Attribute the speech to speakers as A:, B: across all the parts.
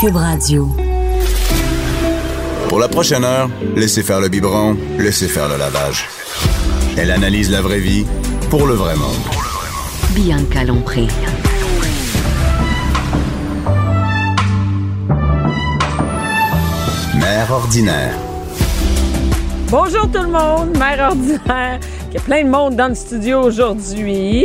A: Cube Radio.
B: Pour la prochaine heure, laissez faire le biberon, laissez faire le lavage. Elle analyse la vraie vie pour le vrai monde.
A: Bianca Lompré.
B: Mère ordinaire.
C: Bonjour tout le monde, mère ordinaire. Il y a plein de monde dans le studio aujourd'hui.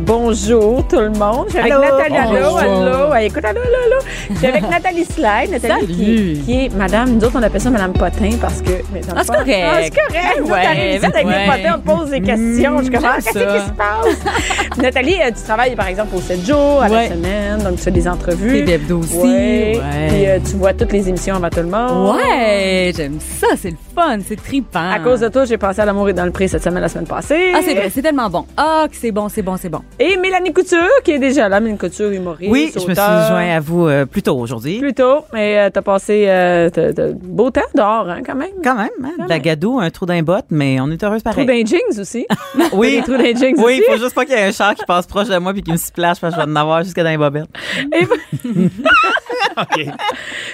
C: Bonjour tout le monde. Je suis avec
D: Allô.
C: Nathalie. Allô,
D: Bonjour.
C: allô. Ouais, écoute, allô, allô, allô. Je suis avec Nathalie Slide. Nathalie qui, qui est madame. Nous autres, on appelle ça madame Potin parce que. mais dans le
D: Ah, c'est
C: fond-
D: correct.
C: Ah, c'est correct. Nous,
D: Ouais,
C: t'arrives ici avec
D: ouais.
C: des potins, on te pose des questions. je comprends.
D: j'aime
C: Qu'est-ce
D: ça.
C: qui se passe? Nathalie, euh, tu travailles par exemple au 7 jours, à la
D: Ouais.
C: semaine, donc tu fais des entrevues.
D: Tes d'hebdo aussi,
C: Ouais.
D: ouais.
C: Puis euh, tu vois toutes les émissions avant tout le monde.
D: Ouais, j'aime ça, c'est le fun, c'est trippant.
E: Ah.
C: À cause de toi, j'ai passé à l'amour et dans le prix cette semaine, la semaine passée.
D: Ah, c'est vrai, c'est tellement bon. Ah, que c'est bon, c'est bon, c'est bon.
C: Et Mélanie Couture, qui est déjà là, Mélanie Couture, humoriste.
E: Oui, je me suis
C: auteur.
E: joint à vous euh, plus tôt aujourd'hui.
C: Plus tôt, mais euh, t'as passé euh, t'as- t'as beau temps dehors, hein, quand même.
E: Quand même, hein, de la gadoue, un trou d'un botte, mais on est heureuse
C: Trou
E: pareil.
C: d'un jeans aussi.
E: oui,
C: Des trous d'un jeans
E: oui,
C: aussi.
E: faut juste pas qu'il y ait un char qui passe proche de moi puis qui me splash parce que je vais en avoir jusqu'à dans les bobettes.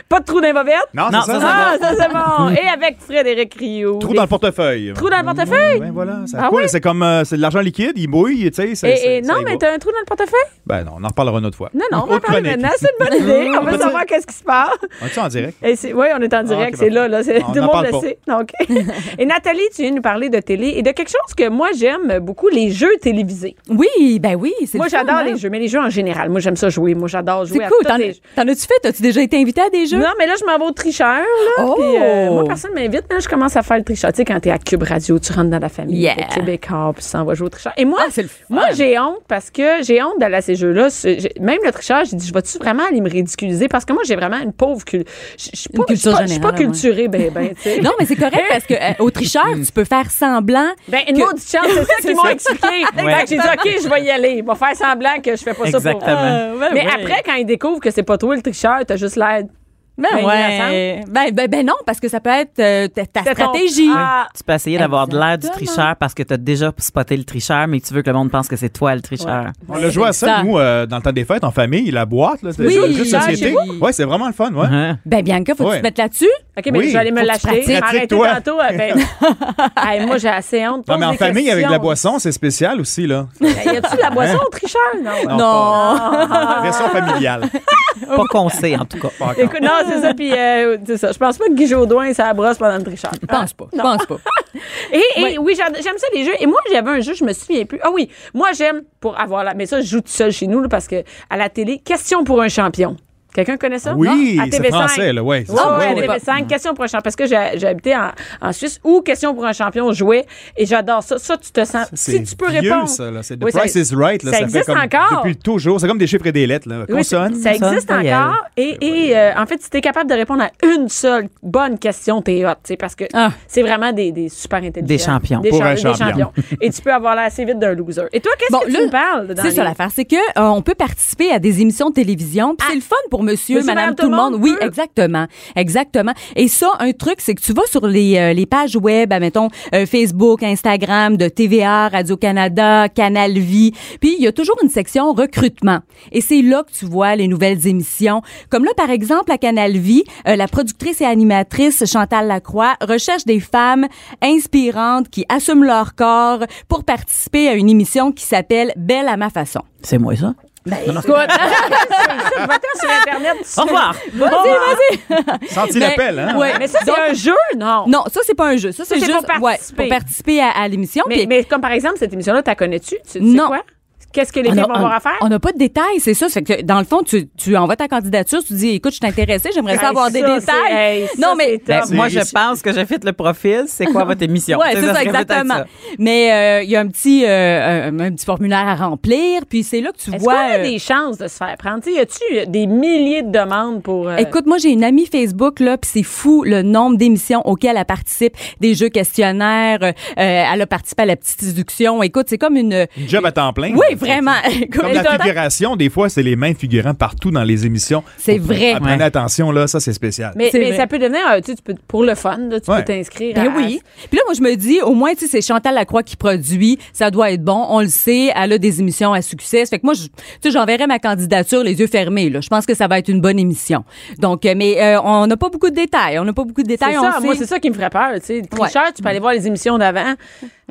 C: Pas de trou dans les bobettes.
F: Non,
E: Non,
F: c'est
E: ça,
F: ça.
E: ça-
C: Ah, ça c'est bon. Et avec Frédéric Rio.
F: Trou dans le portefeuille.
C: Trou dans le portefeuille?
F: Ben voilà, ça
C: Ah
F: coule.
C: oui?
F: C'est comme euh, c'est de l'argent liquide, il mouille, tu sais. ça- ça-
C: Et, et
F: ça
C: non,
F: y
C: mais
F: va.
C: t'as un trou dans le portefeuille?
F: Ben non, on en reparlera une autre fois.
C: Non, non, on va en
F: Autre
C: parler
F: chronique.
C: maintenant. C'est une bonne idée. On
F: On
C: veut
F: peut
C: savoir qu'est-ce qui se passe.
F: On est en direct?
C: Et c'est- oui, on est en direct,
F: Ah, ok,
C: c'est là,
F: parfait.
C: là, c'est-
F: On
C: tout le
F: n'en
C: monde
F: parle
C: le
F: pas.
C: sait. Donc, Et Nathalie, tu viens nous parler de télé et de quelque chose que moi j'aime beaucoup, les jeux télévisés.
D: Oui, ben oui, c'est
C: Moi
D: le fun,
C: j'adore
D: hein.
C: les jeux, mais les jeux en général, moi j'aime ça jouer, moi j'adore
D: C'est
C: jouer à
D: cool.
C: tous
D: T'en,
C: les jeux.
D: t'en as-tu fait? As-tu déjà été invité à des jeux?
C: Non, mais là, je m'en vais au tricheur. Là,
D: Oh!
C: puis, euh, moi, personne ne m'invite. mais Là, je commence à faire le tricheur. Tu sais, quand t'es à Cube Radio, tu rentres dans la famille
D: Yeah.
C: des Québécois, puis tu s'en vas jouer au tricheur. Et moi,
D: Ah, c'est le fun.
C: moi j'ai honte parce que j'ai honte d'aller à ces jeux-là. C'est- j'ai- Même le tricheur, j'ai dit, je vais-tu vraiment aller me ridiculiser? Parce que moi, j'ai vraiment une pauvre culture. Je je suis pas,
D: Une
C: je suis pas-
D: culture
C: je suis pas
D: générale, ouais.
C: culturée, ben, ben, tu sais.
D: Non, mais c'est correct parce que euh, au tricheur, tu peux faire semblant.
C: Ben, une
D: que-
C: maudite chance, c'est ça qu'ils m'ont expliqué. Fait que j'ai dit, OK, je vais y aller. Il va faire semblant que je fais pas ça pour.
E: Exactement.
D: Euh, ben
C: Mais
D: oui.
C: après, quand ils découvrent que c'est pas toi le tricheur, t'as juste l'aide.
D: Ben,
C: Ben,
D: ouais. ben, ben, ben non, parce que ça peut être euh, ta, ta stratégie.
C: Ah.
E: Tu peux essayer d'avoir de l'air du
D: Exactement.
E: tricheur parce que tu as déjà spoté le tricheur, mais tu veux que le monde pense que c'est toi le tricheur.
F: On a joué à ça,
D: ça.
F: nous, euh, dans le temps des fêtes, en famille, la boîte, là, c'était
D: Oui,
F: le jeu de
D: là,
F: société.
D: j'ai-
F: Ouais, c'est vraiment le fun, ouais.
E: Hein?
D: Ben, Bianca, faut que
F: Ouais.
D: tu te mettes là-dessus.
C: OK, mais
F: Oui,
C: je vais aller me
D: faut que tu
C: l'acheter.
D: pratiques.
C: Arrêtez
F: Pratique-toi.
C: tantôt. Ah, ben, hey, moi, j'ai assez honte.
F: Non,
C: Pose
F: mais en
C: des
F: famille, avec de la
C: questions.
F: boisson, c'est spécial aussi, là.
C: Ben, Y a-tu de la boisson au tricheur? Non.
F: Non.
C: Ah.
F: pas- Version familiale.
E: Pas qu'on sait, en tout cas. Pas encore.
C: Écoute, non, c'est ça. Puis, euh, c'est ça. Je pense pas que Guy Jodoin, ça brosse pendant le tricheur.
D: Je pense pas. Je pense pas.
C: Et, et oui, j'ad- j'aime ça les jeux. Et moi, j'avais un jeu, je me souviens plus. Ah oui, moi j'aime pour avoir la. Mais ça, je joue tout seul chez nous là, parce que à la télé, question pour un champion. Quelqu'un connaît ça?
F: Oui,
C: Ah, Non? À
F: c'est
C: TV5.
F: français, là, ouais, c'est
C: Ouais,
F: ça.
C: ouais,
F: Ouais,
C: à TV5, question pour un champion. Parce que j'ai j'ai habité en, en Suisse où question pour un champion jouait et j'adore ça. Ça, tu te sens. si
F: C'est
C: tu peux
F: vieux,
C: répondre.
F: ça, là. C'est The
C: Oui, ça-
F: Price is Right. Là,
C: ça
F: fait
C: existe
F: comme
C: encore.
F: Depuis toujours. C'est comme des chiffres et des lettres. Là.
C: Oui,
F: Consonne.
C: ça
E: consonne,
C: existe
E: voyelle.
C: encore.
D: Ben
C: Et, et, euh, en fait, si t'es capable de répondre à une seule bonne question, t'es hot, tu sais, parce que
D: Ah.
C: c'est vraiment des, des super intelligents.
E: Des champions.
C: Des,
F: Pour
C: cha-
F: un
C: des
F: champion.
C: champions. et tu peux avoir l'air assez vite d'un loser. Et toi, qu'est-ce
D: Bon,
C: que tu
D: là,
C: me parles? dans
D: C'est ça
C: les-
D: l'affaire, c'est que euh, on peut participer à des émissions de télévision, puis c'est le fun pour monsieur,
C: Monsieur,
D: madame, tout le monde. Oui,
C: peut.
D: exactement. Exactement. Et ça un truc c'est que tu vas sur les euh, les pages web, admettons euh, Facebook, Instagram de TVA, Radio-Canada, Canal Vie, puis il y a toujours une section recrutement. Et c'est là que tu vois les nouvelles émissions. Comme là par exemple à Canal Vie, euh, la productrice et animatrice Chantal Lacroix recherche des femmes inspirantes qui assument leur corps pour participer à une émission qui s'appelle Belle à ma façon.
E: C'est moi, ça.
C: Écoute, va-t'en sur Internet. tu
E: Au
C: sais.
E: revoir.
D: Vas-y,
F: Senti
D: vas-y.
F: l'appel, hein?
D: Ouais.
C: Mais ça, c'est un jeu, non?
D: Non, ça c'est pas un jeu. Ça c'est
C: c'est
D: juste
C: pour participer.
D: ouais, pour participer à, à l'émission.
C: Mais,
D: Puis-
C: mais comme par exemple, cette émission-là, t'as connais-tu? Tu, tu sais
D: Non.
C: quoi? Qu'est-ce que les filles vont avoir à faire?
D: on n'a pas de détails, c'est ça. Fait que, dans le fond, tu, tu envoies ta candidature, tu dis, écoute, je suis intéressée, j'aimerais ça
C: Hey,
D: avoir des
C: ça,
D: détails.
C: c'est- hey, ça,
D: non, mais
C: c'est top.
E: Ben, moi, je
F: ici-
E: pense que j'ai fait le profil. C'est quoi votre émission?
D: Ouais,
E: Tu sais,
D: c'est ça,
E: serait peut-être
D: exactement.
E: ça.
D: Mais euh, il y a un petit, euh, un, un petit formulaire à remplir, puis c'est là que tu
C: Est-ce
D: vois.
C: qu'on a
D: euh,
C: des chances de se faire prendre? T'sais, y a-tu des milliers de demandes pour. euh,
D: Écoute, moi j'ai une amie Facebook là, puis c'est fou le nombre d'émissions auxquelles elle participe, des jeux questionnaires, euh, elle a participé à la petite séduction. Écoute, c'est comme une
F: Une job à temps plein.
D: Oui, vraiment. Écoute,
F: Mmh. Comme
D: elle
F: la
D: donne-
F: figuration, des fois, c'est les mêmes figurants partout dans les émissions.
D: C'est
F: Faut-
D: vrai.
F: Ah, Prenez
E: Ouais.
F: attention, là, ça, c'est spécial.
C: mais
D: c'est
C: mais
D: vrai.
C: ça peut devenir. euh, tu sais, tu peux, pour le fun, là, tu
F: Ouais.
C: peux t'inscrire.
D: Ben
C: à-
D: oui. Puis là, moi, je me dis, au moins, tu sais, c'est Chantal Lacroix qui produit. Ça doit être bon. On le sait. Elle a des émissions à succès. Ça Fait que moi, je- tu sais, j'enverrai ma candidature les yeux fermés, là. Je pense que ça va être une bonne émission. Donc, euh, mais euh, on n'a pas beaucoup de détails. On n'a pas beaucoup de
C: C'est
D: détails. on
C: ça,
D: sait-
C: moi, c'est ça qui me ferait peur. Tu sais,
D: Ouais.
C: Tricheur, tu peux aller voir les émissions d'avant.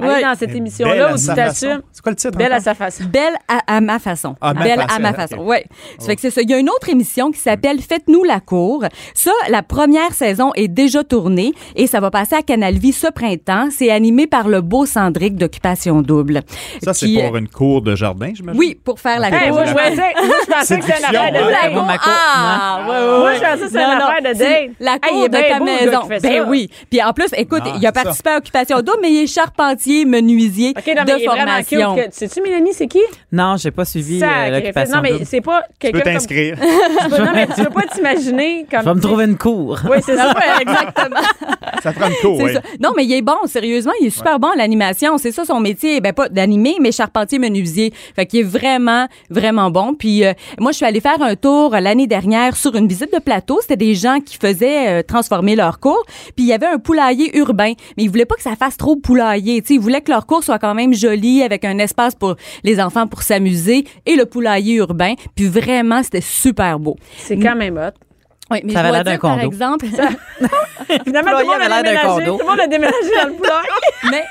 C: Aller dans cette
F: Mais belle
C: émission-là
F: à
C: où tu
F: sa
C: t'assumes.
F: façon. C'est quoi le titre?
C: Belle à
F: encore?
C: sa façon.
D: Belle à, à ma façon.
F: À ma
D: Belle
F: façon.
D: à ma façon.
F: Ok. Oh.
D: Ouais. Ça fait que c'est ça. Il y a une autre émission qui s'appelle Faites-nous la cour. Ça, la première saison est déjà tournée et ça va passer à Canal Vie ce printemps. C'est animé par le beau Cendric d'Occupation Double.
F: Ça, c'est
D: Qui-
F: pour une cour de jardin, j'imagine.
D: Oui, pour faire la
C: Hey,
D: cour.
C: moi, je pensais, moi, je pensais que c'était une
F: Séduction,
C: affaire de
F: hein?
C: date.
E: Bon, ma cour,
D: Ah, ouais, ouais,
C: Moi,
D: ouais.
C: je pensais que c'était
D: Non,
C: une
D: non,
C: affaire de
D: c'est
C: date.
D: La cour
C: Hey, il est
D: de
C: bien
D: ta
C: beau, le gars
D: maison.
C: qui fait
D: Ben
C: ça.
D: oui. Puis en plus, écoute,
F: Non,
D: il a
F: c'est ça.
D: participé à Occupation Double, mais il est charpentier, menuisier
C: OK, non, mais
D: de
C: il est vraiment cute.
D: formation.
C: que- Sais-tu, Mélanie, c'est qui?
E: Non, j'ai pas suivi euh,
C: Sacré fête.
E: l'occupation.
C: Non, mais
E: double.
C: c'est pas
F: Tu peux
C: quelqu'un comme...
F: t'inscrire.
C: Tu peux- Non, mais tu peux pas t'imaginer comme... Ah,
E: Je vais me trouver une cour.
C: Oui, c'est ça.
D: Ouais, exactement.
F: ça prend une cour,
D: C'est
F: oui.
D: ça. Non, mais il est bon, sérieusement, il est super bon à l'animation. C'est ça son métier, ben pas d'animer, mais charpentier menuisier. Fait qu'il est vraiment, vraiment bon. Puis euh, moi, je suis allée faire un tour euh, l'année dernière sur une visite de plateau. C'était des gens qui faisaient euh, transformer leur cours. Puis il y avait un poulailler urbain, mais ils voulaient pas que ça fasse trop poulailler. Tu sais, ils voulaient que leur cours soit quand même joli, avec un espace pour les enfants pour s'amuser et le poulailler urbain. Puis vraiment, c'était super beau.
C: C'est quand même hot.
D: Oui, mais
E: Ça
D: je
E: avait
D: dois
E: l'air d'un
D: dire, par
E: condo.
D: exemple.
C: Finalement, tout le monde
E: Employé
C: a
E: avait l'air d'un
C: déménagé.
E: condo.
C: Tout le monde a déménagé dans le poulailler.
D: Mais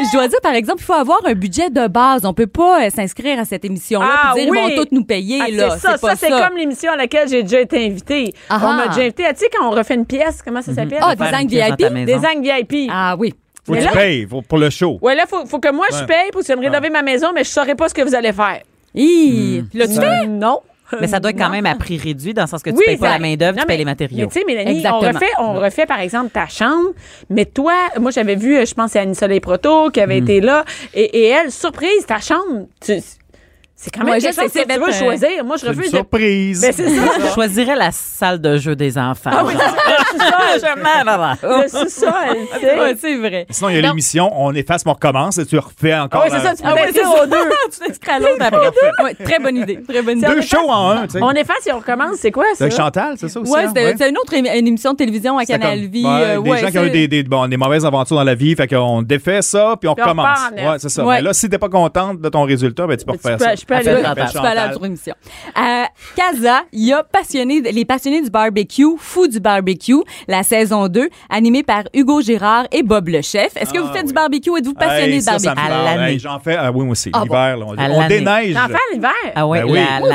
D: je dois dire, par exemple, il faut avoir un budget de base. On peut pas euh, s'inscrire à cette émission-là
C: Ah,
D: puis dire
C: oui.
D: ils vont tous nous payer.
C: Ah,
D: là.
C: c'est ça,
D: pas
C: ça c'est comme l'émission à laquelle j'ai déjà été invitée.
D: Ah
C: On m'a
D: ah.
C: déjà invitée. Ah, Tu sais, quand on refait une pièce, comment ça s'appelle?
D: Ah,
E: Faire
D: design
E: une pièce dans
D: VIP?
E: ta maison.
C: Design VIP.
D: Ah oui.
F: Faut que
C: Mais
F: tu
C: là-
F: payes faut- pour le show.
C: Ouais, là, faut, faut que moi, je
F: Ouais.
C: paye pour
E: Ah.
C: que tu me rénover ma maison, mais je saurais pas ce que vous allez faire.
D: Hi.
F: Hmm.
D: Puis là, tu fais-
C: Non.
E: Mais ça doit être quand même à prix réduit dans le sens que tu
C: Oui,
E: payes pas
C: ça-
E: la main-d'œuvre,
C: Non,
E: tu payes
C: mais-
E: les matériaux.
C: Mais tu sais, Mélanie,
D: Exactement.
C: on refait, on refait, par exemple, ta chambre. Mais toi, moi, j'avais vu, euh, je pense, c'est Annie Soleil Proto qui
E: Mm.
C: avait été là. Et, et elle, surprise, ta chambre, tu- c'est quand même
D: Ouais, je
C: quelque
D: sais,
C: chose
D: c'est
C: que tu
D: bête,
C: veux
D: euh,
C: choisir. Moi, je
F: C'est une
C: refuse de...
F: surprise.
C: Ben, c'est ça.
E: je choisirais la salle de jeu des enfants.
C: Ah oui,
E: Ah,
C: le sous-sol.
E: je m'en vais.
C: Le sous-sol, tu sais.
D: Ouais, c'est vrai.
F: Sinon, il y a
D: Non.
F: l'émission, on efface, mais on recommence et tu refais
C: Ah
F: encore.
C: ouais, c'est
F: la-
C: ça, tu peux
D: Ah ouais,
C: t'inscrire
D: c'est
C: aux deux.
D: tu t'inscris à l'autre après. Ouais, très bonne idée. Très bonne idée.
F: Deux shows en un, tu sais.
C: On efface et on recommence, c'est quoi ça?
F: Avec Chantal, c'est ça aussi?
D: Ouais,
F: hein?
D: c'était c'était une autre émi- une émission de télévision à
F: C'était
D: Canal
F: comme-
D: Vie.
F: ouais,
D: euh,
F: des
D: ouais,
F: gens qui ont eu
D: c'est-
F: des, des- bon, des mauvaises aventures dans la vie, fait qu'on défait ça, puis on
C: Puis on
F: recommence.
C: repart en neuf.
F: ouais, c'est ça.
D: Ouais.
F: Mais là, si t'es pas contente de ton résultat, ben, tu peux
C: Tu
F: refaire
C: peux-
F: ça.
C: je peux
E: Elle
C: aller-
E: fait
D: Ouais,
E: Chantal.
D: je suis pas allée à la émission. À Casa, il y a passionné, les passionnés du barbecue, fous du barbecue, la saison 2, animée par Hugo Girard et Bob le chef. Est-ce que vous faites du barbecue? Êtes-vous passionné
F: Ah, Hey,
D: de
F: ça,
D: barbecue?
F: ça me
E: À
F: parle.
E: l'année.
F: Hey, J'en fais, ah oui, moi aussi.
D: Ah bon.
F: L'hiver, là, on-
E: À
F: on,
E: l'année.
F: déneige.
C: L'enfer, l'hiver.
E: Ah ouais,
F: Ben oui.
E: la-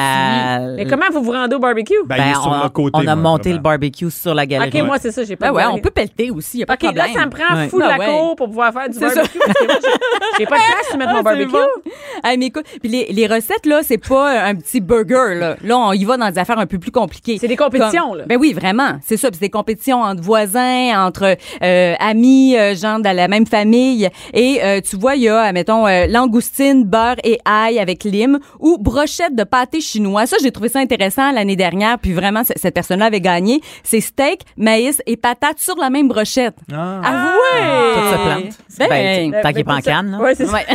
E: la-
C: Mais comment vous vous rendez au barbecue?
F: Ben, il
E: Ben,
F: est sur
E: on,
F: le côté,
E: on a
F: moi,
E: monté
F: vraiment.
E: le barbecue sur la galerie.
C: OK, moi, c'est ça, j'ai pas
D: Ben
C: de
D: ouais,
C: baril.
D: on peut pelleter aussi, il n'y a pas
C: OK,
D: de
C: là,
D: problème.
C: ça me prend
E: Ouais.
C: fou de la
D: Ah ouais.
C: cour pour pouvoir faire du
D: C'est ça.
C: barbecue. parce que moi, j'ai- J'ai pas de place pour mettre mon
D: Ah, c'est
C: barbecue.
D: bon. Ah, mais écoute, puis les, les recettes, là, c'est pas un petit burger, là. Là, on y va dans des affaires un peu plus compliquées.
C: C'est des compétitions, là.
D: Ben oui, vraiment. C'est ça. Puis c'est des compétitions entre voisins, entre euh, amis, euh, gens de la même famille. Et euh, tu vois, il y a, mettons, euh, langoustine, beurre et ail avec lime ou brochette de pâté chinois. Ça, j'ai trouvé ça intéressant l'année dernière. Puis vraiment, c- cette personne-là avait gagné. C'est steak, maïs et patates sur la même brochette.
F: Ah.
D: Ah ouais!
E: Tout se plante.
D: Ben,
E: Ben, Tant qu'il est pas en canne, là.
C: Oui, c'est Euh, ça.
D: Ouais.